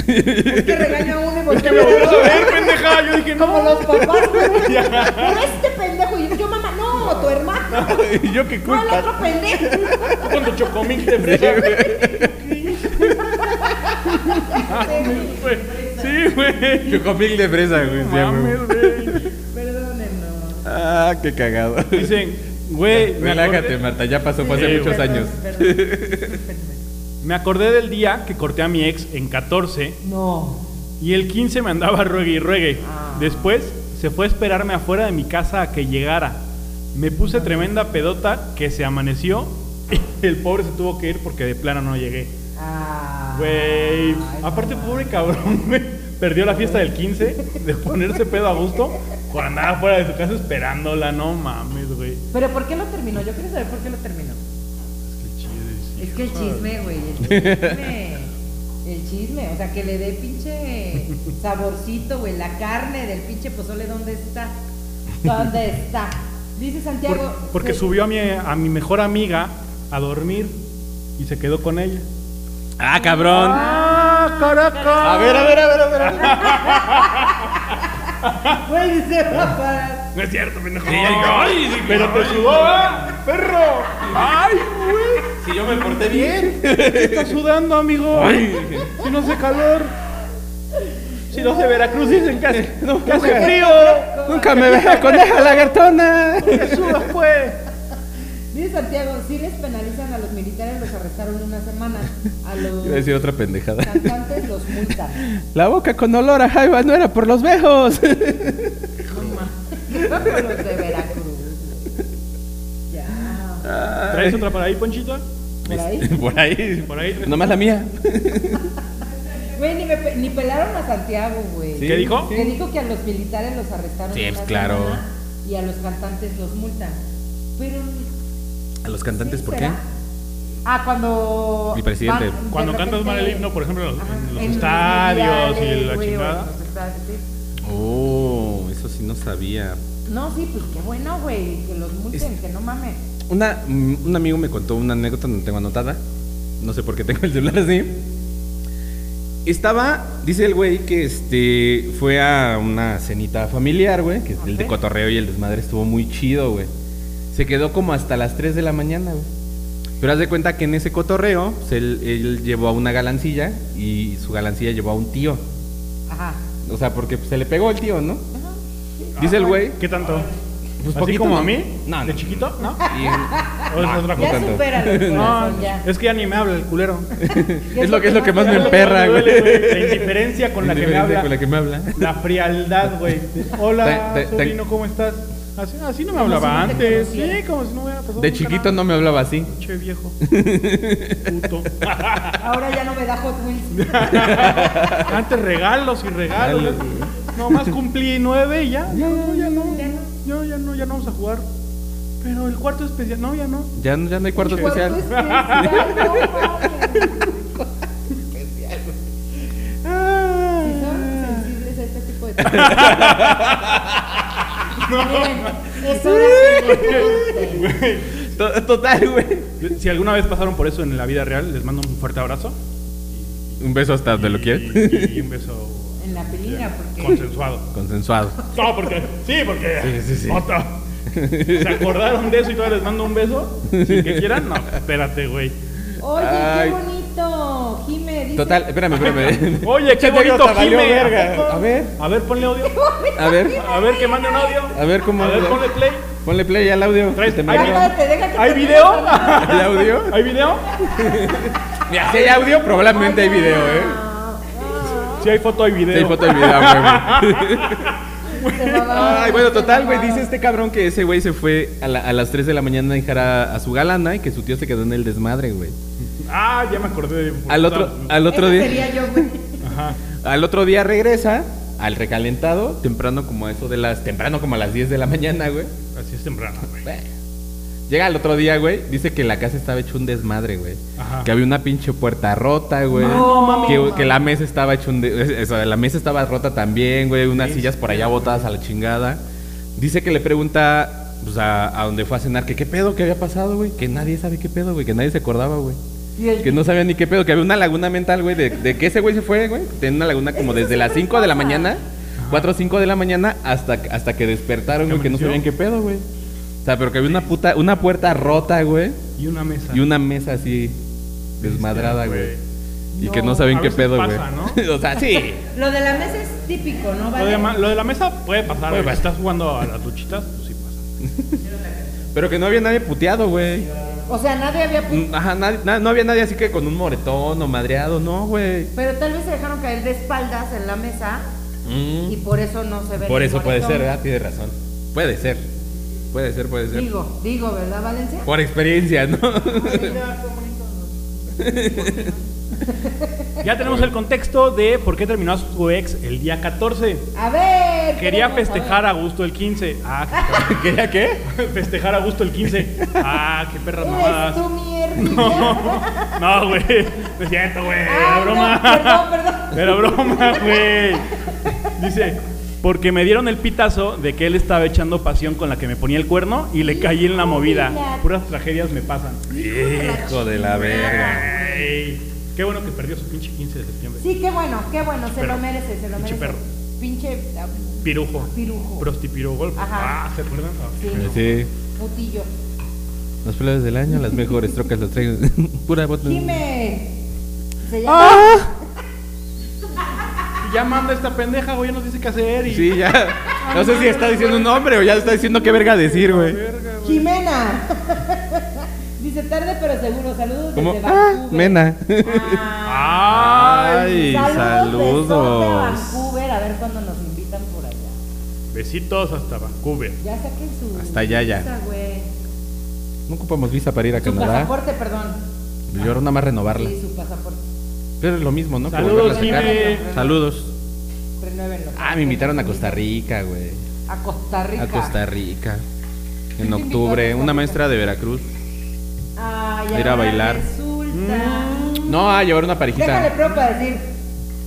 Speaker 4: Es que regaña a uno y voltea
Speaker 2: Me
Speaker 4: a
Speaker 2: volvió [laughs] a
Speaker 4: otro.
Speaker 2: ver, pendeja. Yo dije,
Speaker 4: Como
Speaker 2: no.
Speaker 4: los
Speaker 2: [laughs]
Speaker 4: papás, güey. Pero este pendejo. Y yo, mamá, no, tu hermano.
Speaker 3: ¿Y yo qué
Speaker 4: No, el
Speaker 3: culpa?
Speaker 4: otro pendejo.
Speaker 2: Tú con tu chocomil de fresa. güey. [laughs] Sí,
Speaker 3: [laughs]
Speaker 2: güey.
Speaker 3: Chocomil de fresa, güey. sí, a huevo.
Speaker 2: Mames, güey.
Speaker 4: Perdónenlo.
Speaker 3: Ah, qué cagado.
Speaker 2: Dicen, güey. me
Speaker 3: Relájate,
Speaker 2: acordé-
Speaker 3: Marta. Ya pasó fue
Speaker 2: Sí,
Speaker 3: hace muchos
Speaker 4: Perdón,
Speaker 3: años.
Speaker 4: perdón.
Speaker 2: Me acordé del día que corté a mi ex en 14
Speaker 4: No.
Speaker 2: y el 15 me andaba ruegue y ruegue. Después se fue a esperarme afuera de mi casa a que llegara. Me puse tremenda pedota que se amaneció y [laughs] el pobre se tuvo que ir porque de plano no llegué.
Speaker 4: Ah.
Speaker 2: Güey,
Speaker 4: Ay,
Speaker 2: aparte pobre cabrón, [laughs] güey. perdió la fiesta del 15 de ponerse pedo a gusto por andar afuera de su casa esperándola. No mames, güey.
Speaker 5: Pero ¿por qué lo terminó? Yo quiero saber por qué lo terminó.
Speaker 4: Es que el chisme, güey.
Speaker 3: [laughs]
Speaker 4: El chisme. El chisme. O sea, que le dé pinche saborcito, güey. La carne del pinche pozole, ¿dónde está? ¿Dónde está? Dice
Speaker 2: Por-
Speaker 4: Santiago.
Speaker 2: porque
Speaker 4: se-
Speaker 2: subió a mi, a mi mejor amiga a dormir y se quedó con ella.
Speaker 3: Ah, cabrón.
Speaker 2: ¡Ah, caraca!
Speaker 3: A ver, a ver, a ver, a ver.
Speaker 4: [laughs] Güey, dice
Speaker 3: Ah.
Speaker 4: papá.
Speaker 2: No es cierto, pendejo.
Speaker 3: ay, sí,
Speaker 2: pero te sudó, ¿ah? perro. Ay, güey.
Speaker 3: Si yo me
Speaker 2: [laughs]
Speaker 3: porté bien.
Speaker 2: ¿Qué está sudando, amigo?
Speaker 3: Ay.
Speaker 2: Si no hace calor. Si no hace Veracruz, dicen que hace, que hace
Speaker 3: Nunca-
Speaker 2: frío.
Speaker 3: Nunca me veas con esa lagartona.
Speaker 2: Que sudas, pues.
Speaker 4: Dice Santiago, si les penalizan a los militares, los arrestaron una semana.
Speaker 3: [laughs]
Speaker 4: A los
Speaker 3: Iba a decir
Speaker 4: [laughs]
Speaker 3: otra pendejada.
Speaker 4: cantantes los multan.
Speaker 3: La boca con olor a jaiba no era por los vejos.
Speaker 4: [laughs] Con los de Veracruz. güey. Ya.
Speaker 3: Ah.
Speaker 2: ¿Traes otra para ahí, Ponchita?
Speaker 4: Por ahí.
Speaker 3: Este, [laughs] Por ahí.
Speaker 2: Por ahí.
Speaker 3: Nomás la mía.
Speaker 4: Güey, ni, me pe- ni pelaron a Santiago, güey.
Speaker 2: ¿Qué dijo?
Speaker 4: Que dijo que a los militares los arrestaron.
Speaker 3: Sí,
Speaker 4: una
Speaker 3: pues, claro.
Speaker 4: semana Y a los cantantes los multan. Pero.
Speaker 3: ¿A los cantantes
Speaker 4: ¿sí
Speaker 3: por qué?
Speaker 4: será?
Speaker 5: Ah, cuando.
Speaker 3: Mi presidente.
Speaker 5: van- de
Speaker 2: Cuando
Speaker 5: repente-
Speaker 2: cantas mal el himno, por ejemplo, en los,
Speaker 4: Ajá,
Speaker 2: en los
Speaker 4: en
Speaker 2: estadios y
Speaker 4: mundiales,
Speaker 2: la
Speaker 4: güey, o en
Speaker 2: chingada.
Speaker 4: los estadios, sí.
Speaker 3: Oh, eso sí no sabía.
Speaker 5: No, sí, pues qué bueno, güey. Que los multen, que no mames.
Speaker 3: Una, mm, un amigo me contó una anécdota, no tengo anotada. No sé por qué tengo el celular así. Estaba, dice el güey que este fue a una cenita familiar, güey, que el de
Speaker 5: Ok.
Speaker 3: cotorreo y el desmadre estuvo muy chido, güey. Se quedó como hasta las 3 de la mañana, güey. Pero haz de cuenta que en ese cotorreo, pues, él, él llevó a una galancilla y su galancilla llevó a un tío.
Speaker 5: Ajá.
Speaker 3: O sea, porque pues, se le pegó el tío, ¿no? Dice el güey.
Speaker 2: ¿Qué tanto?
Speaker 3: Pues
Speaker 2: ¿Así
Speaker 3: poquito,
Speaker 2: como
Speaker 3: ¿no?
Speaker 2: a mí?
Speaker 3: No,
Speaker 2: ¿De
Speaker 3: no.
Speaker 2: chiquito? ¿No? [laughs]
Speaker 3: y-
Speaker 2: ¿O es otra
Speaker 4: Ya
Speaker 2: cosa?
Speaker 3: tanto. [laughs]
Speaker 4: supéralo, corazón,
Speaker 2: No,
Speaker 4: ya.
Speaker 2: es que ya ni me habla el [laughs] culero.
Speaker 3: es, lo que, es lo que más me emperra,
Speaker 2: Me
Speaker 3: güey.
Speaker 2: duele, güey.
Speaker 3: [laughs]
Speaker 2: La indiferencia con la que me
Speaker 3: Indiferencia
Speaker 2: habla.
Speaker 3: con la que me habla.
Speaker 2: La frialdad, güey.
Speaker 3: Ta-
Speaker 2: Hola,
Speaker 3: ta- ta-
Speaker 2: sobrino, ¿cómo estás? Así, así no me hablaba
Speaker 4: si no te
Speaker 2: antes.
Speaker 4: conociera.
Speaker 2: Sí, como si no hubiera pasado
Speaker 3: De
Speaker 2: nunca
Speaker 3: chiquito
Speaker 2: nada.
Speaker 3: no me hablaba así.
Speaker 2: Che
Speaker 3: [laughs]
Speaker 2: viejo. Puto. [laughs]
Speaker 4: Ahora ya no me da Hot Wheels.
Speaker 3: [laughs]
Speaker 2: Antes regalos y regalos.
Speaker 3: Regalos,
Speaker 2: Nomás cumplí nueve y ya. Ya no, ya no. Yo ya no, ya no vamos a jugar. Pero el cuarto especial. No, ya
Speaker 3: [laughs]
Speaker 2: no.
Speaker 3: Ya, no- ya no hay cuarto
Speaker 4: Por tu
Speaker 2: pues,
Speaker 3: [laughs] especial.
Speaker 4: especial, no
Speaker 3: [laughs]
Speaker 4: mames. Si son sensibles a este tipo de cosas. Miren, es hora
Speaker 3: [laughs]
Speaker 4: de que
Speaker 3: To- Total, güey.
Speaker 2: Si alguna vez pasaron por eso en la vida real, les mando un fuerte abrazo.
Speaker 3: Un beso hasta donde lo quieres.
Speaker 2: Y, y un beso
Speaker 4: En la pelina, porque.
Speaker 2: consensuado.
Speaker 3: [laughs] Consensuado.
Speaker 2: No, porque. Sí, porque.
Speaker 3: Sí, sí, sí.
Speaker 2: Otra. ¿Se acordaron de eso y todavía les mando un beso? Sin que quieran. No, espérate, güey.
Speaker 4: Oye,
Speaker 3: Ay.
Speaker 4: qué bonito. Jime, dice.
Speaker 3: Total, espérame, espérame.
Speaker 2: [laughs] Oye,
Speaker 3: [laughs]
Speaker 2: qué
Speaker 3: Ese negro
Speaker 2: bonito,
Speaker 3: hasta valió
Speaker 2: Jime.
Speaker 3: verga. A ver,
Speaker 2: A ver, ponle audio.
Speaker 3: a ver.
Speaker 2: A ver, que manden audio.
Speaker 3: A ver cómo-
Speaker 2: A ver, ponle play.
Speaker 3: Ponle play al audio.
Speaker 2: Traes-
Speaker 3: Te me
Speaker 2: ahí
Speaker 4: Ya,
Speaker 2: vi-
Speaker 3: graba.
Speaker 4: espérate, deja que
Speaker 2: ¿Hay
Speaker 4: termine
Speaker 2: video?
Speaker 4: de hablar.
Speaker 3: ¿El audio?
Speaker 2: ¿Hay video?
Speaker 3: Mira, si hay audio, probablemente hay video, ¿eh?
Speaker 2: Si hay foto, hay video.
Speaker 3: Si hay foto y video, güey.
Speaker 4: Se bababa,
Speaker 3: Ay, bueno,
Speaker 4: se
Speaker 3: total, güey,
Speaker 4: bababa.
Speaker 3: dice este cabrón que ese güey se fue a, la- a las 3 de la mañana a dejar a, a su galana y que su tío se quedó en el desmadre, güey.
Speaker 2: Ah, ya me acordé de.
Speaker 3: Al otro, al otro
Speaker 4: Ese
Speaker 3: día.
Speaker 4: Sería yo,
Speaker 3: [laughs]
Speaker 4: güey.
Speaker 2: Ajá.
Speaker 3: Al otro día regresa al recalentado, temprano como a eso de las. Temprano como a las 10 de la mañana, güey.
Speaker 2: Así es temprano, güey.
Speaker 3: Bueno. Llega al otro día, güey. Dice que la casa estaba hecho un desmadre, güey.
Speaker 2: Ajá.
Speaker 3: Que había una pinche puerta rota, güey.
Speaker 2: No, mami.
Speaker 3: Que, que la mesa estaba hecho un. de- o sea, la mesa estaba rota también, güey. Unas
Speaker 2: Sí,
Speaker 3: sillas por allá botadas a la chingada. Dice que le pregunta pues, a, a donde fue a cenar que qué pedo que había pasado, güey. Que nadie sabe qué pedo, güey. Que nadie se acordaba, güey.
Speaker 5: Y el-
Speaker 3: Que no sabía ni qué pedo, que había una laguna mental, güey, de, de que ese güey se fue, güey. Tenía una laguna como desde las 5 de la mañana, 4 o 5 de la mañana, hasta, hasta que despertaron,
Speaker 2: ¿Que
Speaker 3: güey, que no
Speaker 2: amaneció?
Speaker 3: sabían qué pedo, güey. O sea, pero que había una puta, una puerta rota, güey,
Speaker 2: Y una mesa.
Speaker 3: y una mesa así desmadrada,
Speaker 2: Sí,
Speaker 3: güey.
Speaker 2: güey.
Speaker 3: Y que
Speaker 2: No,
Speaker 3: no saben
Speaker 2: a
Speaker 3: qué
Speaker 2: veces
Speaker 3: pedo, güey.
Speaker 2: pasa,
Speaker 3: [laughs] o sea, sí.
Speaker 4: Lo de la mesa es típico, ¿no?
Speaker 2: Lo de,
Speaker 4: Vale.
Speaker 2: ma- lo de la mesa puede pasar.
Speaker 3: Puede
Speaker 2: güey. Si
Speaker 3: pasar.
Speaker 2: estás jugando a las luchitas, pues sí pasa.
Speaker 3: Pero que no había nadie puteado, güey.
Speaker 4: O sea, nadie había. pu-
Speaker 3: Mm, Ajá, nadie- na- no había nadie así que con un moretón o madreado, no, güey.
Speaker 4: Pero tal vez se dejaron caer de espaldas en la mesa
Speaker 3: Mm.
Speaker 4: y por eso no se ve.
Speaker 3: Por
Speaker 4: el
Speaker 3: eso puede
Speaker 4: moretón.
Speaker 3: ser, ¿verdad? Tiene razón. Puede ser. Puede ser, puede ser.
Speaker 4: Digo, digo, ¿verdad, Valencia?
Speaker 3: Por experiencia, ¿no?
Speaker 2: [laughs] Ya tenemos el contexto de por qué terminó a su ex el día 14.
Speaker 6: A ver.
Speaker 2: Quería
Speaker 6: queremos
Speaker 2: festejar a gusto el 15. Ah,
Speaker 3: ¿Quería qué?
Speaker 2: qué perra- festejar a gusto el 15. Ah, qué perras
Speaker 6: saber. Eres
Speaker 2: mamadas.
Speaker 6: tu mierda.
Speaker 2: No, [laughs]
Speaker 4: [laughs]
Speaker 2: no, güey. No es cierto, güey.
Speaker 4: Ah,
Speaker 2: Era
Speaker 6: Ay, no,
Speaker 2: broma.
Speaker 6: perdón,
Speaker 2: [laughs]
Speaker 6: perdón.
Speaker 2: Era broma, güey. Dice, porque me dieron el pitazo de que él estaba echando pasión con la que me ponía el cuerno y le caí en la movida. Puras tragedias me pasan.
Speaker 3: Hijo de la verga.
Speaker 2: Ay, qué bueno que perdió su pinche 15 de septiembre.
Speaker 4: Sí, qué bueno, qué bueno, se
Speaker 2: Pero,
Speaker 4: lo merece, se lo
Speaker 2: pinche
Speaker 4: merece.
Speaker 2: perro.
Speaker 4: Pinche ah,
Speaker 2: Pirujo.
Speaker 4: Pirujo.
Speaker 2: Prostipirugol.
Speaker 4: Ajá.
Speaker 2: Ah, ¿se acuerdan? Ah.
Speaker 4: sí,
Speaker 3: Sí.
Speaker 4: putillo.
Speaker 3: Las flores del año, las mejores trocas las traigo. [laughs] Pura bota.
Speaker 4: Dime. Se llama
Speaker 2: Ah. Y Ya manda esta pendeja, güey, ya nos dice qué hacer y...
Speaker 3: Sí, ya. No sé si está diciendo un nombre o ya está diciendo qué verga decir, güey.
Speaker 4: Jimena. [laughs] Dice tarde pero seguro, saludos
Speaker 3: Como,
Speaker 4: desde
Speaker 3: ah,
Speaker 4: Vancouver.
Speaker 3: mena.
Speaker 4: Ah,
Speaker 2: ¡Ay!
Speaker 3: Ay.
Speaker 4: saludos.
Speaker 3: saludos.
Speaker 4: besote a Vancouver, a ver cuándo nos invitan por allá.
Speaker 2: Besitos hasta Vancouver.
Speaker 4: Ya saquen su
Speaker 3: Hasta allá, ya.
Speaker 4: visa, güey.
Speaker 3: No ocupamos visa para ir a
Speaker 4: Su
Speaker 3: Canadá.
Speaker 4: pasaporte, perdón.
Speaker 3: Yo ahora nada más renovarla.
Speaker 4: Sí, su pasaporte.
Speaker 3: Pero es lo mismo, ¿no? Que
Speaker 2: Saludos,
Speaker 3: volverla a sacar.
Speaker 2: Jimmy.
Speaker 3: Saludos.
Speaker 4: Renuévenlo.
Speaker 3: Ah, me invitaron a Costa Rica, güey.
Speaker 4: A Costa Rica.
Speaker 3: A Costa Rica. En
Speaker 4: invitó a Costa
Speaker 3: octubre.
Speaker 4: Rica?
Speaker 3: Una maestra de Veracruz.
Speaker 4: Ay,
Speaker 3: A ir a
Speaker 4: ahora
Speaker 3: bailar. Mm.
Speaker 4: Resulta.
Speaker 3: No, a llevar una
Speaker 6: Déjale
Speaker 3: parejita.
Speaker 6: pro para decir.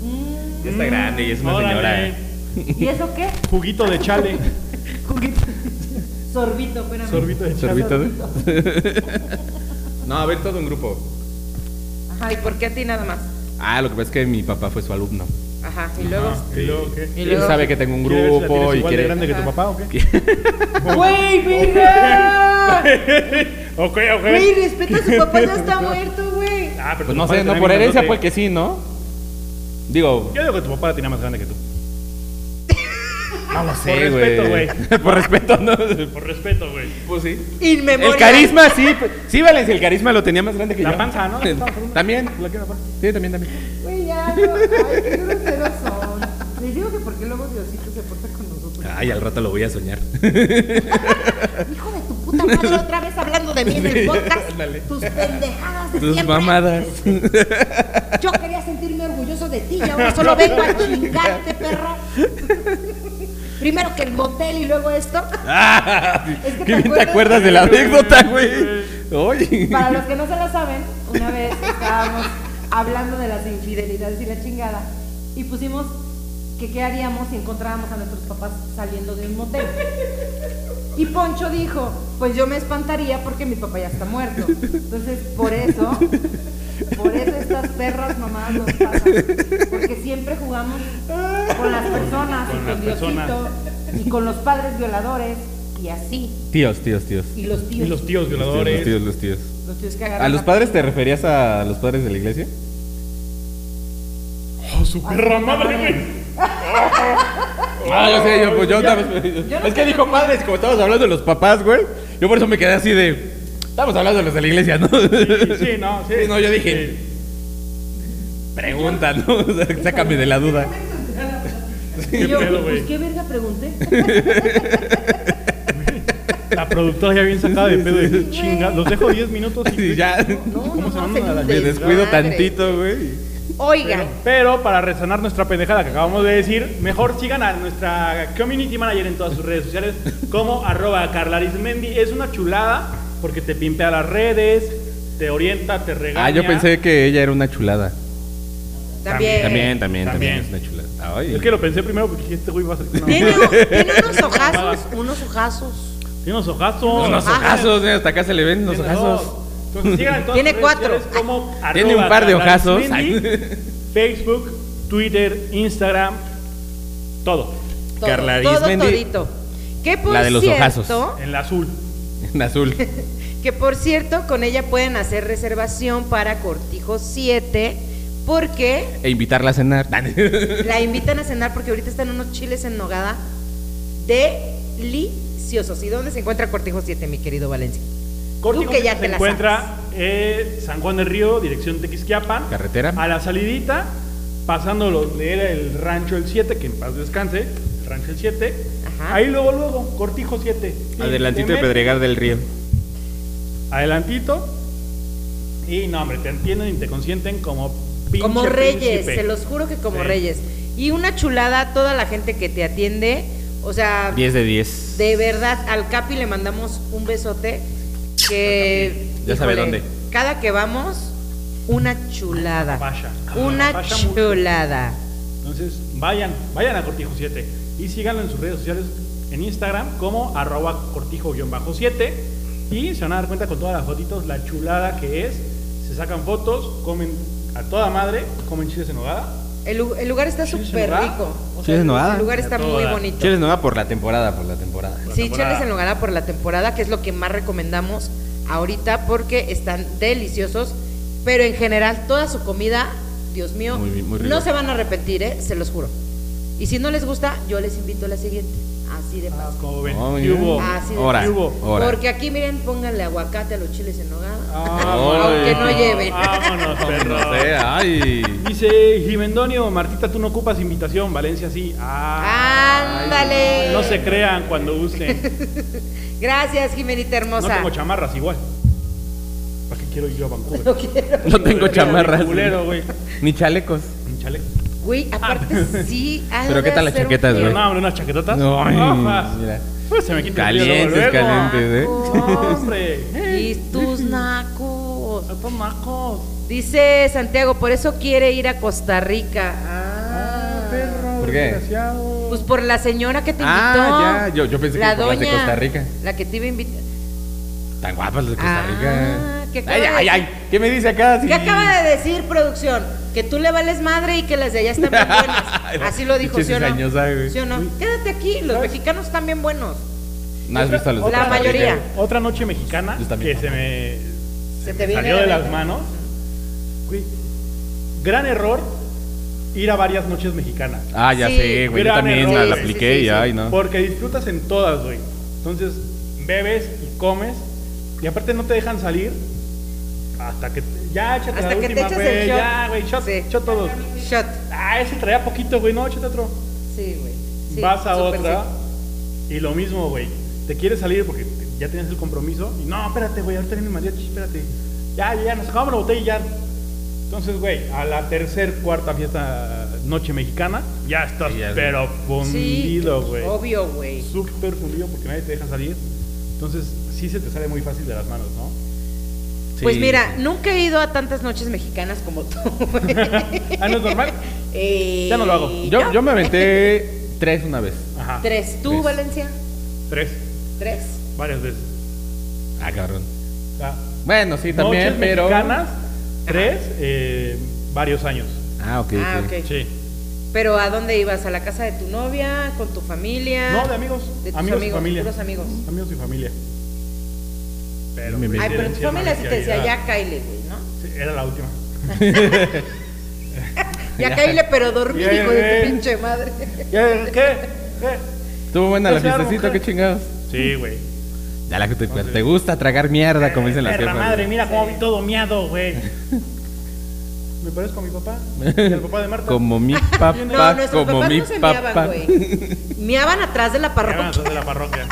Speaker 4: Mm,
Speaker 3: Ya está grande y es una
Speaker 2: Órale.
Speaker 3: señora.
Speaker 4: ¿Y eso
Speaker 3: [laughs]
Speaker 4: qué?
Speaker 2: Juguito de chale.
Speaker 4: Sorbito, espérame.
Speaker 2: Sorbito de chale.
Speaker 3: Sorbito. No, a ver todo un grupo.
Speaker 6: Ajá, ¿y por qué a ti nada más?
Speaker 3: Ah, lo que pasa es que mi papá fue su alumno.
Speaker 6: Ajá, y luego.
Speaker 3: [laughs]
Speaker 2: ¿Y luego qué?
Speaker 6: Y
Speaker 3: Él
Speaker 6: luego-
Speaker 3: sabe que tengo un
Speaker 2: ¿Quiere ver si la
Speaker 3: grupo
Speaker 2: tienes
Speaker 3: y
Speaker 2: igual de
Speaker 3: quiere.
Speaker 2: grande que tu papá o qué?
Speaker 4: ¡Güey,
Speaker 3: [laughs]
Speaker 4: mira!
Speaker 2: Ok,
Speaker 6: Güey,
Speaker 2: ok.
Speaker 6: respeta a su papá, ya está muerto, güey.
Speaker 2: Ah, pero tu
Speaker 3: Pues no
Speaker 2: papá
Speaker 3: sé,
Speaker 2: tenía
Speaker 3: no por
Speaker 2: mi
Speaker 3: herencia
Speaker 2: grandote.
Speaker 3: fue que sí, ¿no? Digo,
Speaker 2: Yo digo que tu papá la tenía más grande que tú.
Speaker 3: no lo sé,
Speaker 2: Por respeto, güey.
Speaker 3: [laughs] por respeto, ¿no?
Speaker 2: Por respeto, güey.
Speaker 3: Pues sí.
Speaker 6: In memoria.
Speaker 3: El carisma, sí. Sí, Valencia, el carisma lo tenía más grande que yo.
Speaker 2: La panza, ¿no?
Speaker 3: [laughs] También.
Speaker 2: La quiero aparte.
Speaker 3: Sí, también, también.
Speaker 4: Güey, ya, no. Ay, qué groseros son. Les digo que porque luego Diosito se porta con nosotros.
Speaker 3: Ay, al rato lo voy a soñar. [laughs]
Speaker 4: Hijo de tu puta madre, otra vez hablando de mí en el podcast.
Speaker 3: Ándale.
Speaker 4: Tus pendejadas de
Speaker 3: Tus
Speaker 4: siempre.
Speaker 3: mamadas. [laughs]
Speaker 4: Yo quería sentirme orgulloso de ti y ahora solo vengo a chingarte, perro. Primero que el motel y luego esto.
Speaker 3: Ah, Qué
Speaker 4: Es que te
Speaker 3: bien te
Speaker 4: acuerdas-
Speaker 3: acuerdas de la anécdota, güey. Oye.
Speaker 4: Para los que no se lo saben, una vez estábamos hablando de las infidelidades y la chingada y pusimos que qué haríamos si encontrábamos a nuestros papás saliendo de un motel. Y Poncho dijo, pues yo me espantaría porque mi papá ya está muerto. Entonces, por eso, por eso estas perras nomás nos pasan. Porque siempre jugamos con las personas
Speaker 2: Con
Speaker 4: y
Speaker 2: las
Speaker 4: con Diosito
Speaker 2: personas.
Speaker 4: y con los padres violadores y así.
Speaker 3: Tíos, tíos, tíos.
Speaker 4: Y los tíos.
Speaker 2: Y los tíos
Speaker 3: Los
Speaker 2: violadores.
Speaker 3: tíos, los tíos.
Speaker 4: Los tíos que
Speaker 3: ¿A
Speaker 4: agarran
Speaker 3: los
Speaker 4: la-
Speaker 3: padres te referías a los padres de la iglesia?
Speaker 2: ¡Oh, su perra madre, güey!
Speaker 3: Ah, yo sé, yo, pues yo otra vez- Es que dijo padres, como estábamos hablando de los papás, güey. Yo por eso me quedé así de. Estamos hablando de los de la iglesia, ¿no?
Speaker 2: Sí, [laughs] sí, no, sí.
Speaker 3: no, yo dije.
Speaker 2: Sí.
Speaker 3: Pregunta, ¿no? [laughs] O sea, Sácame de la duda.
Speaker 4: Y yo,
Speaker 2: ¿Qué pedo,
Speaker 4: pues
Speaker 2: güey?
Speaker 4: qué
Speaker 3: [laughs]
Speaker 4: verga pregunté.
Speaker 2: La productora ya bien sacada de pedo. Dije, chinga, los dejo 10
Speaker 3: [laughs]
Speaker 2: minutos
Speaker 3: Y ya.
Speaker 6: No, no,
Speaker 2: ¿Cómo se
Speaker 6: no,
Speaker 2: llama?
Speaker 6: se
Speaker 2: La-
Speaker 3: [laughs] Me
Speaker 6: inunde.
Speaker 3: descuido
Speaker 6: Madre.
Speaker 3: tantito, güey.
Speaker 6: Oigan,
Speaker 2: Pero para resanar nuestra pendejada que acabamos de decir, mejor sigan a nuestra community manager en todas sus redes sociales como [laughs] arroba carlarismendi. Es una chulada porque te pimpea las redes, te orienta, te regaña.
Speaker 3: Ah, yo pensé que ella era una chulada.
Speaker 6: también.
Speaker 3: También, también, también,
Speaker 2: Eh, También.
Speaker 3: es una chulada. Ay.
Speaker 2: Es que lo pensé primero porque dije, este güey va a salir.
Speaker 6: Tiene,
Speaker 2: Tiene
Speaker 6: tiene
Speaker 4: [laughs]
Speaker 6: unos ojazos, unos ojazos.
Speaker 2: unos ojazos.
Speaker 3: Unos
Speaker 6: Ajá.
Speaker 3: ojazos, mira, hasta acá se le ven los
Speaker 2: Tiene
Speaker 3: ojazos.
Speaker 2: dos. Entonces, sigan en todas
Speaker 6: Tiene
Speaker 2: sus redes
Speaker 6: cuatro.
Speaker 2: sociales como
Speaker 3: Tiene un
Speaker 2: arroba
Speaker 3: par de ojazos.
Speaker 2: carlarismendi,
Speaker 3: [laughs]
Speaker 2: Facebook, Twitter, Instagram, todo.
Speaker 6: Todo,
Speaker 3: Carla
Speaker 6: todo
Speaker 3: Arismendi.
Speaker 6: todito. Que por
Speaker 3: La de los
Speaker 6: cierto,
Speaker 3: ojazos.
Speaker 2: En la azul.
Speaker 3: En azul.
Speaker 6: que por cierto, con ella pueden hacer reservación para Cortijo 7 porque
Speaker 3: E invitarla a cenar.
Speaker 6: La invitan a cenar porque ahorita están unos chiles en nogada deliciosos. ¿Y dónde se encuentra Cortijo 7, mi querido Valencia?
Speaker 2: Corte
Speaker 6: Tú
Speaker 2: y
Speaker 6: que
Speaker 2: Comercio
Speaker 6: ya
Speaker 2: se
Speaker 6: te la
Speaker 2: encuentra eh, San Juan del Río, dirección Tequisquiapan.
Speaker 3: Carretera.
Speaker 2: A la salidita, pasando donde era el Rancho El 7, que en paz descanse, el Rancho El 7.
Speaker 6: Ajá.
Speaker 2: Ahí luego, luego, Cortijo 7.
Speaker 3: [laughs] Adelantito
Speaker 2: Te
Speaker 3: de
Speaker 2: metes,
Speaker 3: Pedregal del Río.
Speaker 2: Adelantito. Y no, hombre, te entienden y te consienten como pinche
Speaker 4: Como reyes,
Speaker 2: príncipe.
Speaker 4: se los juro que como
Speaker 2: Sí.
Speaker 4: reyes. Y una chulada toda la gente que te atiende. O sea,
Speaker 3: 10 de 10.
Speaker 4: de verdad, al Capi le mandamos un besote. Que.
Speaker 3: Ya sabe dónde.
Speaker 4: Cada que vamos, una chulada.
Speaker 2: Vaya.
Speaker 4: Una
Speaker 2: Vaya mucho.
Speaker 4: chulada.
Speaker 2: Entonces, vayan, vayan a Cortijo 7 y síganlo en sus redes sociales en Instagram como arroba cortijo-7 y se van a dar cuenta con todas las fotitos, la chulada que es. Se sacan fotos, comen a toda madre, comen chiles en nogada.
Speaker 4: El, lu- el lugar está
Speaker 2: chiles en
Speaker 4: súper
Speaker 2: nogada,
Speaker 4: rico.
Speaker 2: o sea,
Speaker 3: Chiles en nogada.
Speaker 4: El lugar está
Speaker 2: todo
Speaker 4: muy
Speaker 2: da.
Speaker 4: bonito.
Speaker 3: Chiles no va por la temporada, por la temporada.
Speaker 2: la
Speaker 4: Sí,
Speaker 2: temporada.
Speaker 4: cheles en nogada por la temporada, que es lo que más recomendamos ahorita porque están deliciosos, pero en general toda su comida, Dios mío,
Speaker 3: Muy bien, muy rico.
Speaker 4: no se van a arrepentir, ¿eh? se los juro. Y si no les gusta, yo les invito a la siguiente, así de
Speaker 2: Ah,
Speaker 4: fácil.
Speaker 2: Como ven,
Speaker 3: Oh,
Speaker 2: ¿qué
Speaker 3: mira.
Speaker 2: hubo?
Speaker 4: Ah, sí,
Speaker 3: Ahora,
Speaker 2: ¿Qué hubo?
Speaker 3: ahora.
Speaker 4: Porque aquí miren, pónganle aguacate a los chiles en nogada.
Speaker 2: Ah,
Speaker 3: Aunque
Speaker 2: vámonos.
Speaker 4: no lleven.
Speaker 2: Vámonos,
Speaker 3: No sé,
Speaker 2: perro.
Speaker 4: [laughs]
Speaker 3: ay.
Speaker 2: Dice Jimendonio, Martita, tú no ocupas invitación, Valencia sí. Ah,
Speaker 4: Ándale.
Speaker 2: No se crean cuando usen.
Speaker 4: Gracias, Jimenita
Speaker 2: No
Speaker 4: hermosa.
Speaker 2: tengo chamarras igual. ¿Para qué quiero ir yo a Vancouver?
Speaker 4: [laughs] Lo quiero.
Speaker 3: No tengo
Speaker 2: Mira,
Speaker 3: chamarras.
Speaker 2: mi culero, güey.
Speaker 3: Ni chalecos.
Speaker 2: Un chaleco.
Speaker 4: Güey, aparte sí. ha
Speaker 3: Ah. Pero
Speaker 4: de
Speaker 3: ¿qué tal las
Speaker 4: ser un
Speaker 3: chaquetas,
Speaker 2: Pero
Speaker 3: güey?
Speaker 4: frío.
Speaker 2: no, hombre, unas chaquetotas.
Speaker 3: No, ay,
Speaker 2: Ufas.
Speaker 3: mira.
Speaker 2: Pues se me quita el frío
Speaker 3: Calientes,
Speaker 2: luego, luego.
Speaker 3: calientes, eh.
Speaker 2: [laughs]
Speaker 4: [laughs]
Speaker 2: No, hombre. Eh,
Speaker 4: Y
Speaker 3: [laughs]
Speaker 4: tus nacos.
Speaker 2: Estos macos.
Speaker 4: Dice Santiago, por eso quiere ir a Costa Rica. Ah,
Speaker 2: Ah, perro.
Speaker 3: ¿Por qué?
Speaker 2: desgraciado.
Speaker 4: Pues por la señora que te invitó.
Speaker 3: Ah, ya, yo- yo pensé que por las de Costa Rica.
Speaker 4: La que te iba a invitar.
Speaker 3: Tan guapas las de Costa
Speaker 4: Ah, ¿qué
Speaker 3: Rica.
Speaker 4: acaba
Speaker 3: Ay,
Speaker 4: de
Speaker 3: ay, ay.
Speaker 4: decir?
Speaker 3: ¿Qué me dice acá? Sí.
Speaker 4: ¿Qué acaba de decir producción? Que tú le vales madre y que las de allá están bien
Speaker 2: [laughs]
Speaker 4: buenas. Así lo dijo,
Speaker 3: Pinche
Speaker 4: ¿sí o no?
Speaker 3: cizañosa, güey.
Speaker 4: ¿Sí o no? Quédate aquí, los mexicanos están bien buenos.
Speaker 3: ¿No has visto a los de
Speaker 4: La
Speaker 3: Costa Rica?
Speaker 4: mayoría.
Speaker 2: Otra noche mexicana
Speaker 3: Yo
Speaker 2: que
Speaker 3: también.
Speaker 2: se me,
Speaker 4: Se
Speaker 2: me
Speaker 4: te viene
Speaker 2: salió
Speaker 4: a la
Speaker 2: de las
Speaker 4: mente.
Speaker 2: manos. Güey, Gran error ir a varias noches mexicanas.
Speaker 3: Ah, ya
Speaker 4: Sí.
Speaker 3: sé, güey. Yo
Speaker 2: Gran
Speaker 3: también
Speaker 2: error.
Speaker 3: la, la
Speaker 4: Sí, sí,
Speaker 3: apliqué
Speaker 4: sí,
Speaker 3: y
Speaker 4: sí.
Speaker 3: ay, no.
Speaker 2: Porque disfrutas en todas, güey. Entonces, bebes y comes. Y aparte no te dejan salir hasta que... Ya, échate
Speaker 4: Hasta
Speaker 2: la
Speaker 4: que te
Speaker 2: última,
Speaker 4: echas
Speaker 2: güey.
Speaker 4: el shot.
Speaker 2: Ya, güey, shot,
Speaker 4: Sí.
Speaker 2: shot todos.
Speaker 4: Shot.
Speaker 2: Ah, ese traía poquito, güey. No, échate otro.
Speaker 4: Sí, güey. Sí,
Speaker 2: Vas a
Speaker 4: súper
Speaker 2: otra
Speaker 4: sí.
Speaker 2: y lo mismo, güey. Te quieres salir porque te- ya tienes el compromiso. Y no, espérate, güey, ahorita viene el mariachi, espérate. Ya, ya, ya, nos acabamos la botella y ya. Entonces, güey, a la tercer, cuarta fiesta noche mexicana, ya estás,
Speaker 3: Sí, ya,
Speaker 2: pero
Speaker 4: Sí,
Speaker 2: fundido, güey.
Speaker 4: obvio, güey.
Speaker 2: Súper fundido porque nadie te deja salir. Entonces, sí se te sale muy fácil de las manos, ¿no?
Speaker 4: [laughs] Pues
Speaker 3: Sí.
Speaker 4: mira, nunca he ido a tantas noches mexicanas como tú.
Speaker 2: [laughs]
Speaker 4: güey.
Speaker 2: Ah, ¿no es normal?
Speaker 4: Eh,
Speaker 2: Ya no lo hago.
Speaker 3: Yo, yo me aventé tres una vez.
Speaker 2: Ajá.
Speaker 4: Tres. ¿Tú,
Speaker 3: Tres.
Speaker 4: Valencia?
Speaker 2: Tres.
Speaker 4: Tres.
Speaker 2: Varias veces.
Speaker 3: Ah, cabrón.
Speaker 2: O sea,
Speaker 3: Bueno, sí, también,
Speaker 2: noches
Speaker 3: pero.
Speaker 2: mexicanas, tres, eh, varios años.
Speaker 3: Ah, ok.
Speaker 4: ah,
Speaker 3: ok.
Speaker 4: ok.
Speaker 2: Sí.
Speaker 4: ¿Pero a dónde ibas? ¿A la casa de tu novia? ¿Con tu familia?
Speaker 2: No, de amigos.
Speaker 4: Ah, De tus
Speaker 2: amigos, y
Speaker 4: amigos,
Speaker 2: familia.
Speaker 4: puros amigos.
Speaker 2: Amigos y familia. Pero,
Speaker 3: Me
Speaker 4: Ay, pero tu
Speaker 2: coincidencia,
Speaker 4: familia sí te decía,
Speaker 2: realidad.
Speaker 4: ya Kyle, güey,
Speaker 2: [laughs]
Speaker 4: ¿no?
Speaker 2: Sí, Era la última.
Speaker 4: Ya Kyle, pero dormí,
Speaker 2: Bien,
Speaker 4: hijo de tu
Speaker 2: bien.
Speaker 4: pinche madre. [laughs]
Speaker 2: ¿Qué? ¿Qué? ¿Qué?
Speaker 3: Estuvo buena la
Speaker 2: Desearon,
Speaker 3: fiestecita,
Speaker 2: ¿qué?
Speaker 3: qué chingados.
Speaker 2: Sí, güey.
Speaker 3: Ya la que te, te gusta tragar mierda, como dicen las
Speaker 2: Perra
Speaker 3: jefas.
Speaker 2: madre, mira cómo vi todo miado, güey. Me parezco a mi papá. Y al papá de Marta.
Speaker 3: Como mi
Speaker 4: [laughs] No,
Speaker 3: papá,
Speaker 4: nuestros
Speaker 3: como
Speaker 4: papás
Speaker 3: mi
Speaker 4: no se
Speaker 3: papá.
Speaker 4: miaban, güey. Miaban atrás de la
Speaker 2: Ya,
Speaker 4: parroquia.
Speaker 2: nosotros Ah, de la parroquia.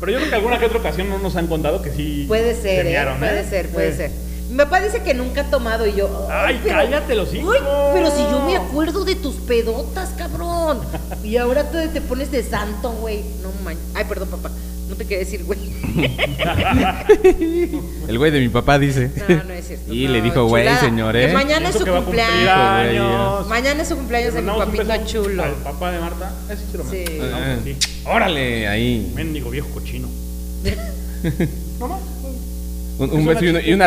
Speaker 2: Pero yo creo que alguna que otra ocasión no nos han contado que sí.
Speaker 4: Puede
Speaker 2: se
Speaker 4: ser, ¿eh?
Speaker 2: mearon,
Speaker 4: puede
Speaker 2: ¿eh?
Speaker 4: ser, puede
Speaker 2: Sí.
Speaker 4: ser. Mi papá dice que nunca ha tomado y yo.
Speaker 2: Ay, cállate los hijos.
Speaker 4: Ay, pero si yo me acuerdo de tus pedotas, cabrón. Y ahora tú te pones de santo, güey. No manches. Ay, perdón, papá. No te quería decir, güey.
Speaker 3: [laughs]
Speaker 4: [laughs]
Speaker 3: El güey de mi papá dice.
Speaker 4: No, no es cierto.
Speaker 3: [laughs] Y
Speaker 4: No,
Speaker 3: le dijo, güey,
Speaker 4: chulada.
Speaker 3: señor,
Speaker 4: Que
Speaker 3: ¿eh?
Speaker 4: mañana es
Speaker 2: Eso
Speaker 4: su
Speaker 2: que va a cumplir
Speaker 4: cumpleaños.
Speaker 2: años.
Speaker 4: Mañana es su cumpleaños de mi
Speaker 2: Mandamos un
Speaker 4: papito
Speaker 2: beso
Speaker 4: chulo.
Speaker 2: Al papá de Marta. Ese sí lo mandamos.
Speaker 4: Sí.
Speaker 2: Mandamos
Speaker 3: Eh,
Speaker 2: aquí.
Speaker 3: Órale, ahí. [laughs]
Speaker 2: Mendigo viejo cochino. no más.
Speaker 3: Un, un
Speaker 2: Es una
Speaker 3: beso y una, y una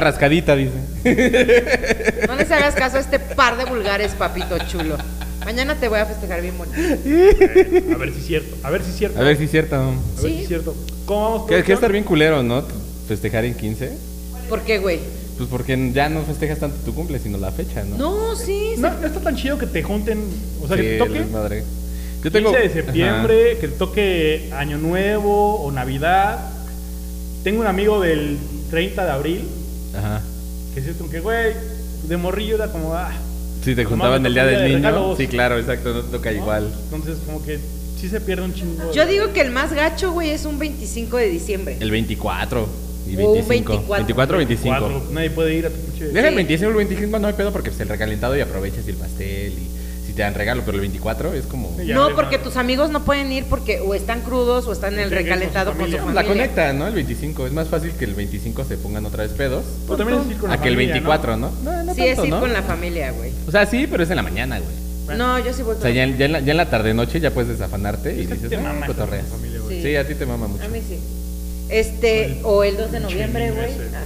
Speaker 2: [laughs]
Speaker 3: rascadita, dice.
Speaker 4: [laughs] No les hagas caso a este par de vulgares, papito chulo. Mañana te voy a festejar bien bonito.
Speaker 2: Eh, a ver si es cierto. A ver si es cierto.
Speaker 3: A ver si es cierto.
Speaker 2: A ver si es cierto. ¿Cómo vamos?
Speaker 3: Que, que
Speaker 2: producción?
Speaker 3: estar bien culero, ¿no? Festejar en 15.
Speaker 4: ¿Por qué, güey?
Speaker 3: Pues porque ya no festejas tanto tu cumple, sino la fecha, ¿no?
Speaker 4: No, sí.
Speaker 2: No, no está tan chido que te junten. O sea, que te
Speaker 3: Sí,
Speaker 2: toque.
Speaker 3: les madre. Yo tengo.
Speaker 2: 15 de
Speaker 3: Ajá.
Speaker 2: septiembre, que te toque Año Nuevo o Navidad. Tengo un amigo del 30 de abril
Speaker 3: Ajá.
Speaker 2: que es cierto que, güey, de morrillo era como, ah,
Speaker 3: Sí, te
Speaker 2: Mamá,
Speaker 3: juntaban
Speaker 2: me
Speaker 3: el día
Speaker 2: tocó el
Speaker 3: del
Speaker 2: día de
Speaker 3: niño.
Speaker 2: regalos.
Speaker 3: Sí, claro, exacto, no te toca
Speaker 2: ¿no?
Speaker 3: igual.
Speaker 2: Entonces, como que sí se pierde un chingo.
Speaker 4: Yo
Speaker 2: de-
Speaker 4: digo que el más gacho, güey, es un 25 de diciembre.
Speaker 3: El 24. Y
Speaker 4: O
Speaker 3: 25.
Speaker 4: 24.
Speaker 3: 24 25.
Speaker 2: Cuatro, nadie puede ir a tu pinche.
Speaker 3: Deja el
Speaker 4: Sí.
Speaker 3: 25, el 25 no hay pedo porque es el recalentado y aprovechas el pastel y si te dan regalo, pero el 24 es como...
Speaker 2: Sí, ya
Speaker 4: No,
Speaker 2: vale
Speaker 4: porque
Speaker 2: madre.
Speaker 4: tus amigos no pueden ir porque o están crudos o están en el
Speaker 2: Sí, con su
Speaker 4: recalentado con su
Speaker 2: familia.
Speaker 4: familia.
Speaker 3: La conecta, ¿no? El 25. Es más fácil que el 25 se pongan otra vez pedos.
Speaker 2: Pero también es ir con la
Speaker 3: a que el
Speaker 2: familia,
Speaker 3: 24, ¿no? No, no
Speaker 4: sí,
Speaker 3: tanto,
Speaker 4: es ir
Speaker 3: ¿no?
Speaker 4: con la familia, güey.
Speaker 3: O sea, sí, pero es en la mañana, güey.
Speaker 2: Bueno.
Speaker 4: No, yo sí voy
Speaker 3: O
Speaker 4: con
Speaker 3: sea,
Speaker 4: la
Speaker 3: ya, en- ya en la, ya en la tarde-noche ya puedes desafanarte
Speaker 2: ¿no?
Speaker 3: y
Speaker 2: Es que
Speaker 3: dices,
Speaker 2: te
Speaker 3: "Ah,
Speaker 2: mama estar con
Speaker 3: cotorreas".
Speaker 2: tu familia, güey.
Speaker 4: Sí.
Speaker 3: Sí, a ti te mama mucho.
Speaker 4: A mí sí. Este, o el 2 de
Speaker 2: pinche
Speaker 4: noviembre,
Speaker 2: niño
Speaker 4: güey.
Speaker 2: ese, güey.
Speaker 4: Ah.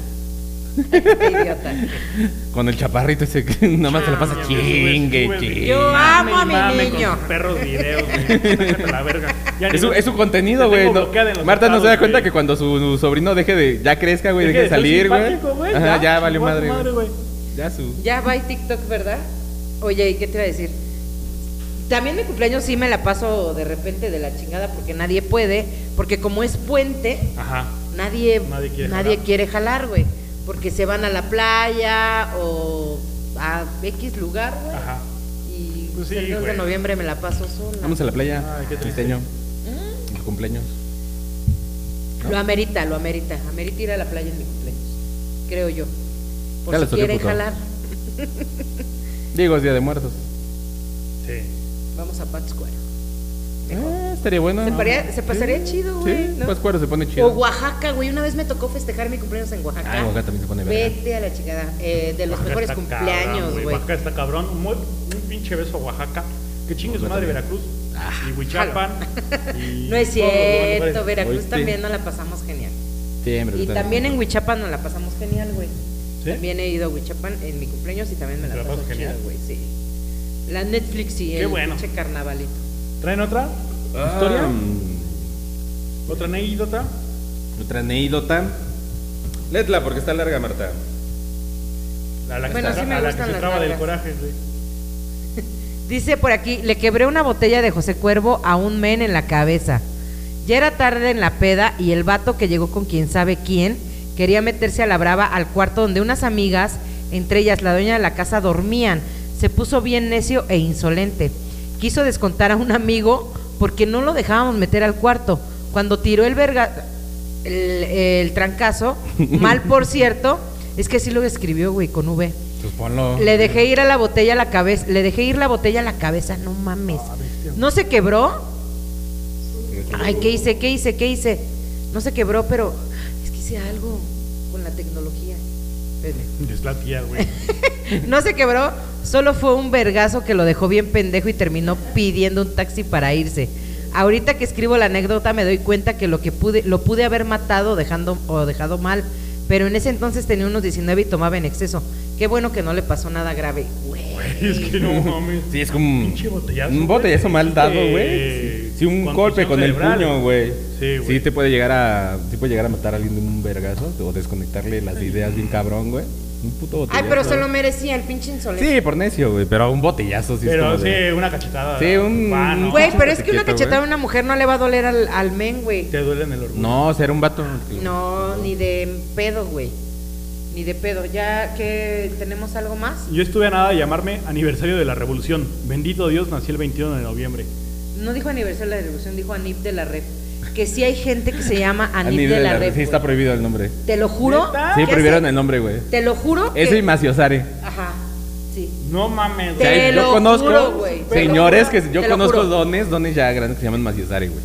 Speaker 4: Ay, qué idiota.
Speaker 3: [laughs] Con el chaparrito ese que [laughs] nada más se la pasa
Speaker 2: Mames,
Speaker 3: chingue,
Speaker 2: sube- sube-
Speaker 3: chingue.
Speaker 4: Yo
Speaker 2: mame y
Speaker 4: amo a mi
Speaker 2: mame con
Speaker 4: niño.
Speaker 2: sus perros videos, güey. Sácate la verga. Ya
Speaker 3: Es
Speaker 2: ni-
Speaker 3: su, es su contenido,
Speaker 2: Te
Speaker 3: güey.
Speaker 2: tengo
Speaker 3: ¿no?
Speaker 2: bloqueada en los
Speaker 3: Marta no se da
Speaker 2: estados,
Speaker 3: cuenta
Speaker 2: güey.
Speaker 3: que cuando su, su sobrino deje de. Ya crezca, güey, deje de
Speaker 2: ser
Speaker 3: salir, güey.
Speaker 2: simpático, güey.
Speaker 3: Ajá, ya
Speaker 2: chingó
Speaker 3: valió
Speaker 2: a tu
Speaker 3: madre,
Speaker 2: güey.
Speaker 3: güey. Ya su.
Speaker 4: Ya va y TikTok, ¿verdad? Oye, ¿y qué te iba a decir? También mi cumpleaños sí me la paso de repente de la chingada porque nadie puede, porque como es puente,
Speaker 2: Ajá.
Speaker 4: nadie,
Speaker 2: Nadie quiere
Speaker 4: nadie
Speaker 2: jalar.
Speaker 4: quiere jalar, güey. Porque se van a la playa o a X lugar, güey.
Speaker 2: Ajá.
Speaker 4: Y
Speaker 2: Pues sí,
Speaker 4: el 2 de
Speaker 2: güey.
Speaker 4: noviembre me la paso sola.
Speaker 3: Vamos a la playa.
Speaker 2: Ay, qué triste.
Speaker 3: Listeño. El cumpleaños.
Speaker 4: Lo amerita, lo amerita. Amerita ir a la playa en mi cumpleaños, creo yo. Por
Speaker 3: Jala,
Speaker 4: si
Speaker 3: socio
Speaker 4: quieren
Speaker 3: puto.
Speaker 4: jalar,
Speaker 3: Digo, es día de muertos.
Speaker 2: Sí.
Speaker 4: vamos a Pátzcuaro.
Speaker 3: Eh, estaría bueno.
Speaker 4: Se
Speaker 3: ¿no?
Speaker 4: paría- se pasaría chido, güey,
Speaker 3: Sí,
Speaker 4: ¿no?
Speaker 3: pues cuero se pone
Speaker 4: O
Speaker 3: chido.
Speaker 4: Oaxaca, güey. Una vez me tocó festejar mi cumpleaños en Oaxaca.
Speaker 3: Ah, Oaxaca también se pone verga.
Speaker 4: Vete a la chingada. Eh, de los
Speaker 2: Oaxaca
Speaker 4: mejores
Speaker 2: está cabrón,
Speaker 4: cumpleaños, güey.
Speaker 2: Oaxaca está cabrón. Un, mu- un pinche beso a Oaxaca. Que chingue su madre Veracruz. y
Speaker 4: [laughs]
Speaker 2: Huichapan. y
Speaker 4: Ah, No es
Speaker 2: todos los lugares.
Speaker 4: cierto, Veracruz
Speaker 3: Oíste.
Speaker 4: también nos la pasamos genial.
Speaker 3: Siempre,
Speaker 4: Y
Speaker 3: tú
Speaker 4: también en Huichapan nos la pasamos genial, güey.
Speaker 2: ¿Sí?
Speaker 4: También he ido a Huichapan en mi cumpleaños y también me
Speaker 2: ¿Te
Speaker 4: la,
Speaker 2: la
Speaker 4: paso
Speaker 2: pasas
Speaker 4: genial,
Speaker 2: genial?
Speaker 4: güey, sí. La Netflix y
Speaker 2: Qué
Speaker 4: el
Speaker 2: bueno.
Speaker 4: pinche carnavalito.
Speaker 2: ¿Traen otra?
Speaker 3: Ah,
Speaker 2: ¿Historia?
Speaker 3: mm,
Speaker 2: ¿Otra anécdota?
Speaker 3: Otra anécdota. Letla, porque está larga, Marta.
Speaker 2: A la que,
Speaker 4: Bueno,
Speaker 2: se,
Speaker 4: sí me
Speaker 2: a la que
Speaker 4: gustan
Speaker 2: se
Speaker 4: las
Speaker 2: traba del
Speaker 4: largas.
Speaker 2: coraje, güey.
Speaker 3: [laughs]
Speaker 4: Dice por aquí, le quebré una botella de José Cuervo a un men en la cabeza. Ya era tarde en la peda y el vato que llegó con quien sabe quién quería meterse a la brava al cuarto donde unas amigas, entre ellas la dueña de la casa, dormían. Se puso bien necio e insolente. Quiso descontar a un amigo porque no lo dejábamos meter al cuarto. Cuando tiró el verga, el, el trancazo, mal por cierto, es que sí lo escribió, güey, con V.
Speaker 3: Pues ponlo.
Speaker 4: Le dejé ir a la botella a la cabeza, le dejé ir la botella a la cabeza, no mames. No se quebró. Ay, ¿qué hice? ¿Qué hice? ¿Qué hice? No se quebró, pero es que hice algo con la tecnología. Espérame.
Speaker 2: Es la tía, güey.
Speaker 4: No se quebró, solo fue un vergazo que lo dejó bien pendejo y terminó pidiendo un taxi para irse. Ahorita que escribo la anécdota me doy cuenta que lo que pude lo pude haber matado dejando o dejado mal, pero en ese entonces tenía unos 19 y tomaba en exceso. Qué bueno que no le pasó nada grave. Güey.
Speaker 2: es que
Speaker 3: [laughs]
Speaker 2: no mames.
Speaker 3: Sí, es como un,
Speaker 2: Pinche botellazo,
Speaker 3: un
Speaker 2: güey.
Speaker 3: botellazo mal dado,
Speaker 2: Sí.
Speaker 3: güey. Sí, un
Speaker 2: Contusión
Speaker 3: golpe con el
Speaker 2: cerebral.
Speaker 3: puño, güey.
Speaker 2: Sí, güey.
Speaker 3: Sí, te puede llegar a sí puede llegar a matar a alguien de un vergazo o desconectarle las ideas bien cabrón, güey. Un puto botellazo.
Speaker 4: Ay, pero se lo merecía el pinche insolente.
Speaker 3: Sí, por necio, güey, pero un botellazo sí es
Speaker 2: Pero
Speaker 3: como
Speaker 2: sí,
Speaker 3: de-
Speaker 2: una cachetada.
Speaker 3: Sí, un-
Speaker 2: Ah, no.
Speaker 4: Güey,
Speaker 3: Pinche
Speaker 4: pero es que una
Speaker 3: etiqueta, güey.
Speaker 4: cachetada a una mujer no le va a doler al, al men, güey.
Speaker 2: Te duele en el orgullo.
Speaker 3: No, ser un vato.
Speaker 4: No, ni de pedo, güey. Ni de pedo. Ya que tenemos algo más.
Speaker 2: Yo estuve a nada de llamarme aniversario de la revolución. Bendito Dios, nací el 21 de noviembre.
Speaker 4: No dijo aniversario de la revolución, dijo Anip de la red. Que sí hay gente que se llama
Speaker 3: A
Speaker 4: Anip,
Speaker 3: nivel
Speaker 4: de la red.
Speaker 3: Sí, está
Speaker 4: güey.
Speaker 3: prohibido el nombre.
Speaker 4: Te lo juro.
Speaker 2: ¿Neta? Ah,
Speaker 3: Sí,
Speaker 4: que
Speaker 3: prohibieron
Speaker 4: hace-
Speaker 3: el nombre, güey.
Speaker 4: Te lo juro.
Speaker 3: Eso
Speaker 4: que-
Speaker 3: y Maciosare.
Speaker 4: Ajá. Sí.
Speaker 2: No mames,
Speaker 3: O sea,
Speaker 4: Te
Speaker 3: yo
Speaker 4: lo
Speaker 3: conozco
Speaker 4: juro, güey, te lo
Speaker 3: señores
Speaker 4: juro,
Speaker 3: que
Speaker 4: te
Speaker 3: yo
Speaker 4: lo
Speaker 3: conozco
Speaker 4: juro.
Speaker 3: dones, dones ya grandes que se llaman Maciosare, güey.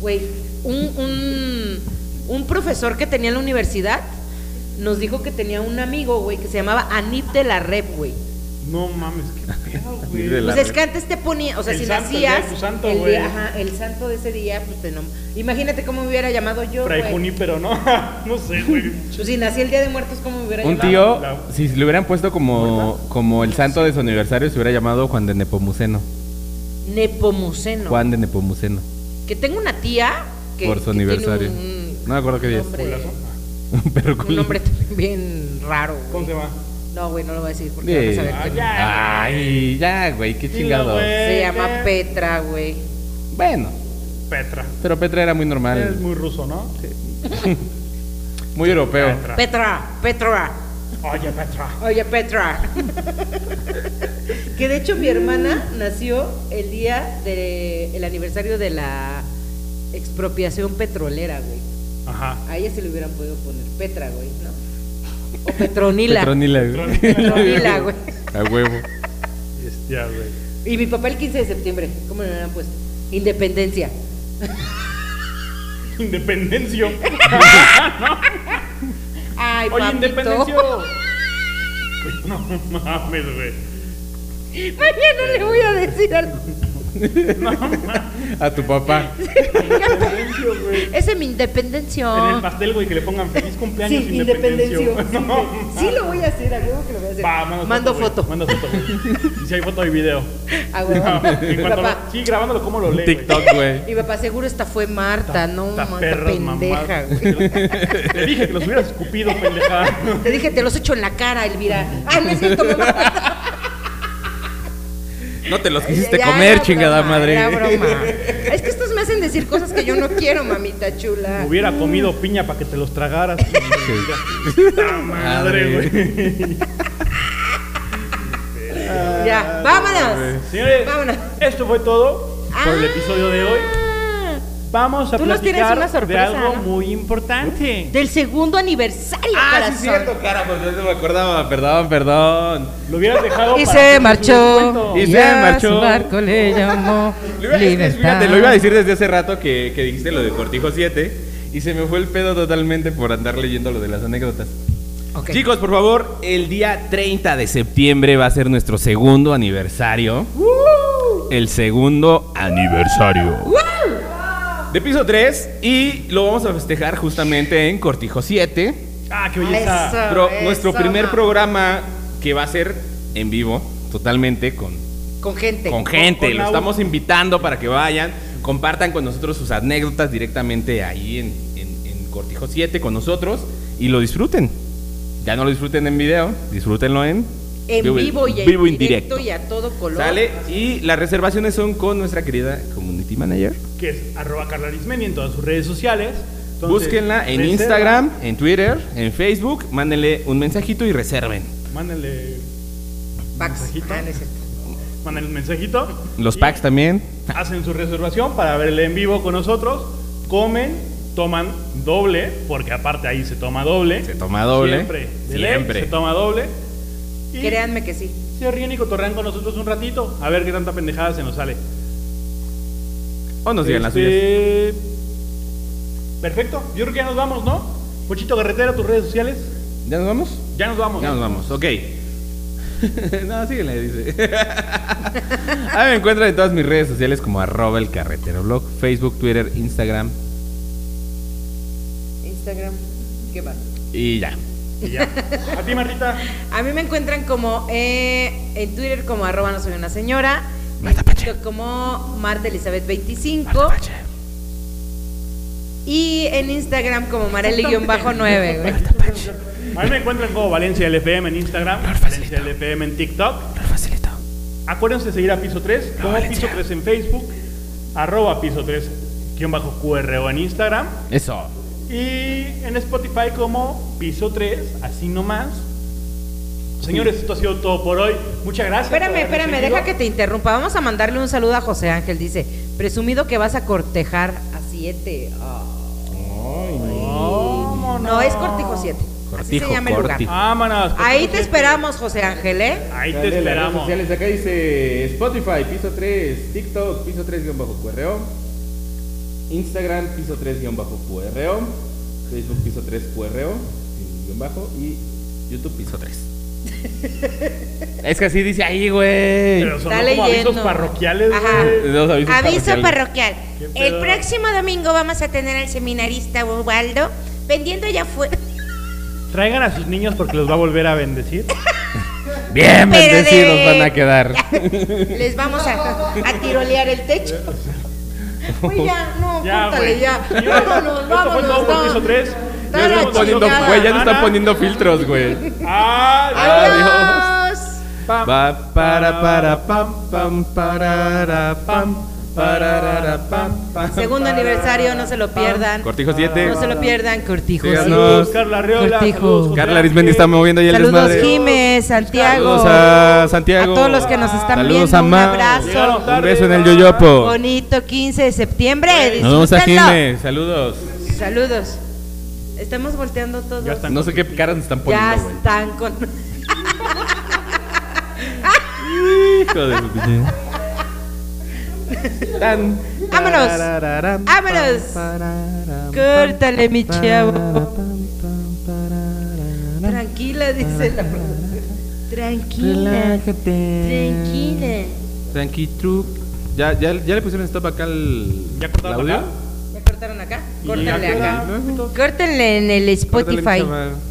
Speaker 4: Güey, un, un, un profesor que tenía en la universidad nos dijo que tenía un amigo, güey, que se llamaba Anip de la red, güey.
Speaker 2: No mames, qué
Speaker 3: [laughs]
Speaker 2: pedo, güey.
Speaker 3: De la-
Speaker 4: Pues es que antes te ponía, o sea,
Speaker 2: El
Speaker 4: si
Speaker 2: santo, el día de
Speaker 4: nacías,
Speaker 2: tu santo,
Speaker 4: el,
Speaker 2: güey.
Speaker 4: día- ajá, el santo de ese día, pues te nom- Imagínate cómo me hubiera llamado yo,
Speaker 2: Fray
Speaker 4: güey.
Speaker 2: Junípero, ¿no? [laughs] no sé, güey.
Speaker 4: Pues si nací el día de muertos, ¿cómo me hubiera
Speaker 3: Un
Speaker 4: llamado?
Speaker 3: tío,
Speaker 2: la-
Speaker 3: si le hubieran puesto como, como el santo de su aniversario, se hubiera llamado Juan de Nepomuceno.
Speaker 4: Nepomuceno.
Speaker 3: Juan de Nepomuceno. [laughs]
Speaker 4: Que tengo una tía que.
Speaker 3: Por su
Speaker 4: que
Speaker 3: aniversario.
Speaker 4: tiene un-
Speaker 3: No me acuerdo qué día es.
Speaker 4: nombre-
Speaker 2: Culazo.
Speaker 3: Un perro
Speaker 4: Un
Speaker 3: culo.
Speaker 4: nombre también bien raro, güey.
Speaker 2: ¿Cómo se llama?
Speaker 4: No, güey, no lo voy a decir porque
Speaker 3: Sí.
Speaker 4: van a saber que-
Speaker 2: Ah, ya.
Speaker 3: Ay, ya, güey, qué
Speaker 2: Dilo,
Speaker 3: chingado.
Speaker 2: güey.
Speaker 4: Se llama
Speaker 2: Eh,
Speaker 4: Petra, güey.
Speaker 3: Bueno,
Speaker 2: Petra.
Speaker 3: pero Petra era muy
Speaker 2: Es
Speaker 3: normal,
Speaker 2: muy ruso, ¿no?
Speaker 3: muy europeo.
Speaker 2: Petra.
Speaker 4: Petra, Petra.
Speaker 2: Oye, Petra.
Speaker 4: Oye, Petra. [laughs] que de hecho mi hermana nació el día del aniversario de la expropiación petrolera, güey.
Speaker 2: Ajá.
Speaker 4: A ella se le hubieran podido poner Petra, güey, ¿no? O Petronila.
Speaker 3: Petronila, güey. [laughs]
Speaker 4: Petronila, güey.
Speaker 3: A huevo.
Speaker 2: Hostia, güey.
Speaker 4: Y mi papá el 15 de septiembre, ¿cómo le hubieran puesto? Independencia. [laughs]
Speaker 2: Independencio.
Speaker 4: Ay,
Speaker 2: Oye,
Speaker 4: papito.
Speaker 2: Independencio.
Speaker 4: [laughs]
Speaker 2: Oye, No mames, güey.
Speaker 4: Mañana le voy a decir al...
Speaker 3: A tu papá.
Speaker 2: Independencio, güey.
Speaker 4: [laughs] Ese es mi independencia.
Speaker 2: En el pastel, güey, que le pongan feliz cumpleaños
Speaker 4: Sí,
Speaker 2: Independencio.
Speaker 4: independencio. Sí,
Speaker 2: [laughs] No,
Speaker 4: güey. Sí lo voy a hacer, a huevo que lo voy a hacer.
Speaker 2: Va, manda
Speaker 4: Mando
Speaker 2: güey.
Speaker 4: foto.
Speaker 2: Manda foto.
Speaker 4: [laughs]
Speaker 2: güey. Y si hay foto y video. [laughs]
Speaker 4: A huevo.
Speaker 2: En
Speaker 4: Mi
Speaker 2: cuanto
Speaker 4: papá,
Speaker 2: lo- sí, grabándolo como lo
Speaker 3: Un
Speaker 2: lee.
Speaker 3: TikTok, güey.
Speaker 4: mi papá, seguro esta fue Marta, Ah, no, Marta,
Speaker 2: perra
Speaker 4: pendeja, güey.
Speaker 2: [laughs] Te dije que los hubieras escupido, pendejada.
Speaker 4: [laughs] Te dije, te los echo en la cara, Elvira. Ah, no es
Speaker 3: [laughs]
Speaker 4: cierto, mamá.
Speaker 3: No te los quisiste
Speaker 4: Ya,
Speaker 3: comer,
Speaker 4: era
Speaker 3: chingada
Speaker 4: broma,
Speaker 3: [laughs] madre.
Speaker 4: era broma. Es que estos me hacen decir cosas que yo no quiero, mamita chula.
Speaker 2: Hubiera comido piña para que te los tragaras. Puta madre,
Speaker 4: [laughs]
Speaker 2: güey.
Speaker 4: Ya, vámonos.
Speaker 2: Señores,
Speaker 4: Vámonos.
Speaker 2: esto fue todo por el episodio de hoy.
Speaker 4: Ah,
Speaker 2: Vamos a
Speaker 4: Tú nos tienes
Speaker 2: platicar
Speaker 4: una sorpresa,
Speaker 2: de algo
Speaker 4: ¿no?
Speaker 2: muy importante.
Speaker 4: Del segundo aniversario,
Speaker 3: Ah, sí,
Speaker 4: corazón.
Speaker 3: es cierto, carajo. Yo no me acordaba. Perdón, perdón.
Speaker 2: Lo hubieras dejado
Speaker 4: Y
Speaker 2: para
Speaker 4: se
Speaker 2: hacer su
Speaker 4: marchó.
Speaker 2: descuento.
Speaker 3: Y se
Speaker 4: a
Speaker 3: marchó.
Speaker 4: Su barco le llamó.
Speaker 3: [laughs] Lo iba, es que,
Speaker 4: Libertad.
Speaker 3: fíjate, lo iba a decir desde hace rato que, que dijiste lo de Cortijo 7. Y se me fue el pedo totalmente por andar leyendo lo de las anécdotas.
Speaker 4: Ok.
Speaker 3: Chicos, por favor, el día 30 de septiembre va a ser nuestro segundo aniversario.
Speaker 4: Uh.
Speaker 3: El segundo aniversario. De piso 3 y lo vamos a festejar justamente en Cortijo 7.
Speaker 2: Ah, qué belleza.
Speaker 4: Eso.
Speaker 3: Pro- nuestro
Speaker 4: eso,
Speaker 3: primer
Speaker 4: ma.
Speaker 3: programa que va a ser en vivo, totalmente con,
Speaker 4: Con gente.
Speaker 3: con gente.
Speaker 2: con
Speaker 3: lo
Speaker 2: la-
Speaker 3: estamos invitando para que vayan, compartan con nosotros sus anécdotas directamente ahí en, en- en Cortijo 7 con nosotros y lo disfruten. Ya no lo disfruten en video, disfrútenlo en,
Speaker 4: En vivo y en
Speaker 3: vivo
Speaker 4: directo,
Speaker 3: indirecto.
Speaker 4: y a todo color.
Speaker 3: ¿Sale? Y las reservaciones son con nuestra querida community manager.
Speaker 2: Que es arroba Carla Arismendi en todas sus redes sociales. Entonces,
Speaker 3: Búsquenla en
Speaker 2: reserva.
Speaker 3: Instagram, en Twitter, en Facebook, mándenle un mensajito y reserven.
Speaker 2: Mándenle,
Speaker 4: Pax.
Speaker 2: Mensajito.
Speaker 4: Ah, no es cierto.
Speaker 2: mándenle un mensajito.
Speaker 3: Los
Speaker 2: Y-
Speaker 3: packs también.
Speaker 2: hacen su reservación para verle en vivo con nosotros, comen, toman doble, porque aparte ahí se toma doble.
Speaker 3: Se toma doble.
Speaker 2: Siempre. de ley,
Speaker 3: Siempre.
Speaker 2: Se toma doble. Y
Speaker 4: Créanme que sí.
Speaker 2: se ríen y cotorrean con nosotros un ratito, a ver qué tanta pendejada se nos sale.
Speaker 3: O nos digan las suyas.
Speaker 2: Este, Perfecto, yo creo que ya nos vamos, ¿no? Pochito Carretera, tus redes sociales.
Speaker 3: ¿Ya nos vamos?
Speaker 2: Ya nos vamos.
Speaker 3: Ya nos vamos, ok. [laughs] no, síguenle, dice. [laughs] Ahí me encuentran en todas mis redes sociales como arroba el carretero blog, Facebook, Twitter, Instagram
Speaker 4: Instagram. ¿Qué más?
Speaker 3: y ya.
Speaker 2: Y ya. A ti, Martita.
Speaker 4: A mí me encuentran como eh, en Twitter como arroba no soy una señora.
Speaker 3: Marta
Speaker 4: en
Speaker 3: Pache.
Speaker 4: TikTok como Marta Elizabeth 25
Speaker 3: Marta Pache.
Speaker 4: y en Instagram como
Speaker 3: [laughs]
Speaker 4: Marely-9. güey.
Speaker 2: A mí me encuentran como Valencia LFM en Instagram, Valencia LFM en TikTok. Acuérdense de seguir a Piso 3, como Piso 3 en Facebook, arroba Piso 3, guión bajo QRO en Instagram.
Speaker 3: Eso.
Speaker 2: Y en Spotify como Piso 3, así nomás. Señores, esto ha sido todo por hoy. Muchas gracias. por
Speaker 4: Espérame,
Speaker 2: habernos
Speaker 4: espérame,
Speaker 2: seguido.
Speaker 4: deja que te interrumpa. Vamos a mandarle un saludo a José Ángel. Dice, presumido que vas a cortejar a 7.
Speaker 2: Vámonos.
Speaker 4: No, es Cortijo 7. Así
Speaker 3: Cortijo,
Speaker 4: se llama el lugar.
Speaker 3: cortijo.
Speaker 2: Vámonos.
Speaker 4: Ahí te esperamos, José Ángel, ¿eh?
Speaker 2: Ahí te esperamos.
Speaker 3: acá dice Spotify, piso 3, TikTok, piso 3-QRO, Instagram, piso 3-QRO, Facebook, piso 3-QRO, eh, y YouTube, piso 3. [laughs] es que así dice ahí, güey.
Speaker 2: Pero son
Speaker 4: Está
Speaker 2: como avisos
Speaker 4: leyendo.
Speaker 2: parroquiales,
Speaker 4: Ajá.
Speaker 2: güey.
Speaker 3: Los avisos
Speaker 7: Aviso
Speaker 3: parroquiales.
Speaker 7: parroquial.
Speaker 2: ¿Qué pedo?
Speaker 7: El próximo domingo vamos a tener al seminarista Ubaldo vendiendo ya fue
Speaker 2: Traigan a sus niños porque los va a volver a bendecir.
Speaker 3: Bien
Speaker 7: Pero
Speaker 3: bendecidos
Speaker 7: de-
Speaker 3: van a
Speaker 7: [laughs]
Speaker 3: quedar.
Speaker 4: [laughs]
Speaker 7: Les vamos a, a tirolear el techo.
Speaker 4: Uy, ya, no,
Speaker 2: Ya,
Speaker 4: córtale,
Speaker 2: güey.
Speaker 4: ya.
Speaker 2: Y bueno,
Speaker 4: Vámonos,
Speaker 2: esto fue todo
Speaker 4: vámonos.
Speaker 2: por
Speaker 4: no.
Speaker 2: Piso 3.
Speaker 4: Está
Speaker 3: Ya
Speaker 4: la
Speaker 3: están poniendo,
Speaker 4: chingada.
Speaker 3: güey, ya no están poniendo filtros, güey.
Speaker 2: Ah,
Speaker 3: Adiós.
Speaker 7: Adiós.
Speaker 3: Pa para para pam pam parara pam parara pam pam.
Speaker 4: Segundo aniversario, no se lo pierdan.
Speaker 3: Cortijo 7.
Speaker 4: No se lo pierdan, Cortijo.
Speaker 3: Síganos.
Speaker 4: sí.
Speaker 2: Carla Arreola,
Speaker 4: Cortijo.
Speaker 2: saludos, José
Speaker 3: Carla Arismendi está moviendo ya el
Speaker 4: Saludos,
Speaker 3: desmadre.
Speaker 4: Jiménez, Santiago.
Speaker 3: Saludos a Santiago.
Speaker 4: A todos los que nos están
Speaker 3: Saludos
Speaker 4: viendo.
Speaker 3: a
Speaker 4: un
Speaker 3: Mau.
Speaker 4: abrazo.
Speaker 2: Llegaron.
Speaker 3: Un beso en el yoyopo.
Speaker 4: Bonito 15 de septiembre.
Speaker 3: Nos vemos a
Speaker 4: disfrútenlo.
Speaker 3: Jiménez. Saludos.
Speaker 4: Saludos. Estamos volteando todos.
Speaker 2: Ya están
Speaker 3: No sé qué caras nos están
Speaker 4: Ya
Speaker 3: poniendo, güey.
Speaker 4: están con.
Speaker 3: Hijo de su pinche- Tan.
Speaker 4: Vámonos.
Speaker 3: Tarararán,
Speaker 4: Vámonos.
Speaker 3: pam, pararán,
Speaker 4: Córtale, mi chavo.
Speaker 3: pam, pam, pararán.
Speaker 4: Tranquila, dice la productora. Tranquila.
Speaker 3: Relájate.
Speaker 4: Tranquila.
Speaker 3: Tranqui truc. ¿Ya, ya, ya le pusieron stop acá al.
Speaker 2: ¿Ya cortaron
Speaker 3: al audio?
Speaker 2: acá?
Speaker 4: ¿Ya cortaron acá?
Speaker 2: Y
Speaker 4: Córtale
Speaker 2: ya
Speaker 4: acá.
Speaker 2: queda.
Speaker 4: Córtenle en el
Speaker 3: Córtale,
Speaker 4: Spotify.
Speaker 3: chaval.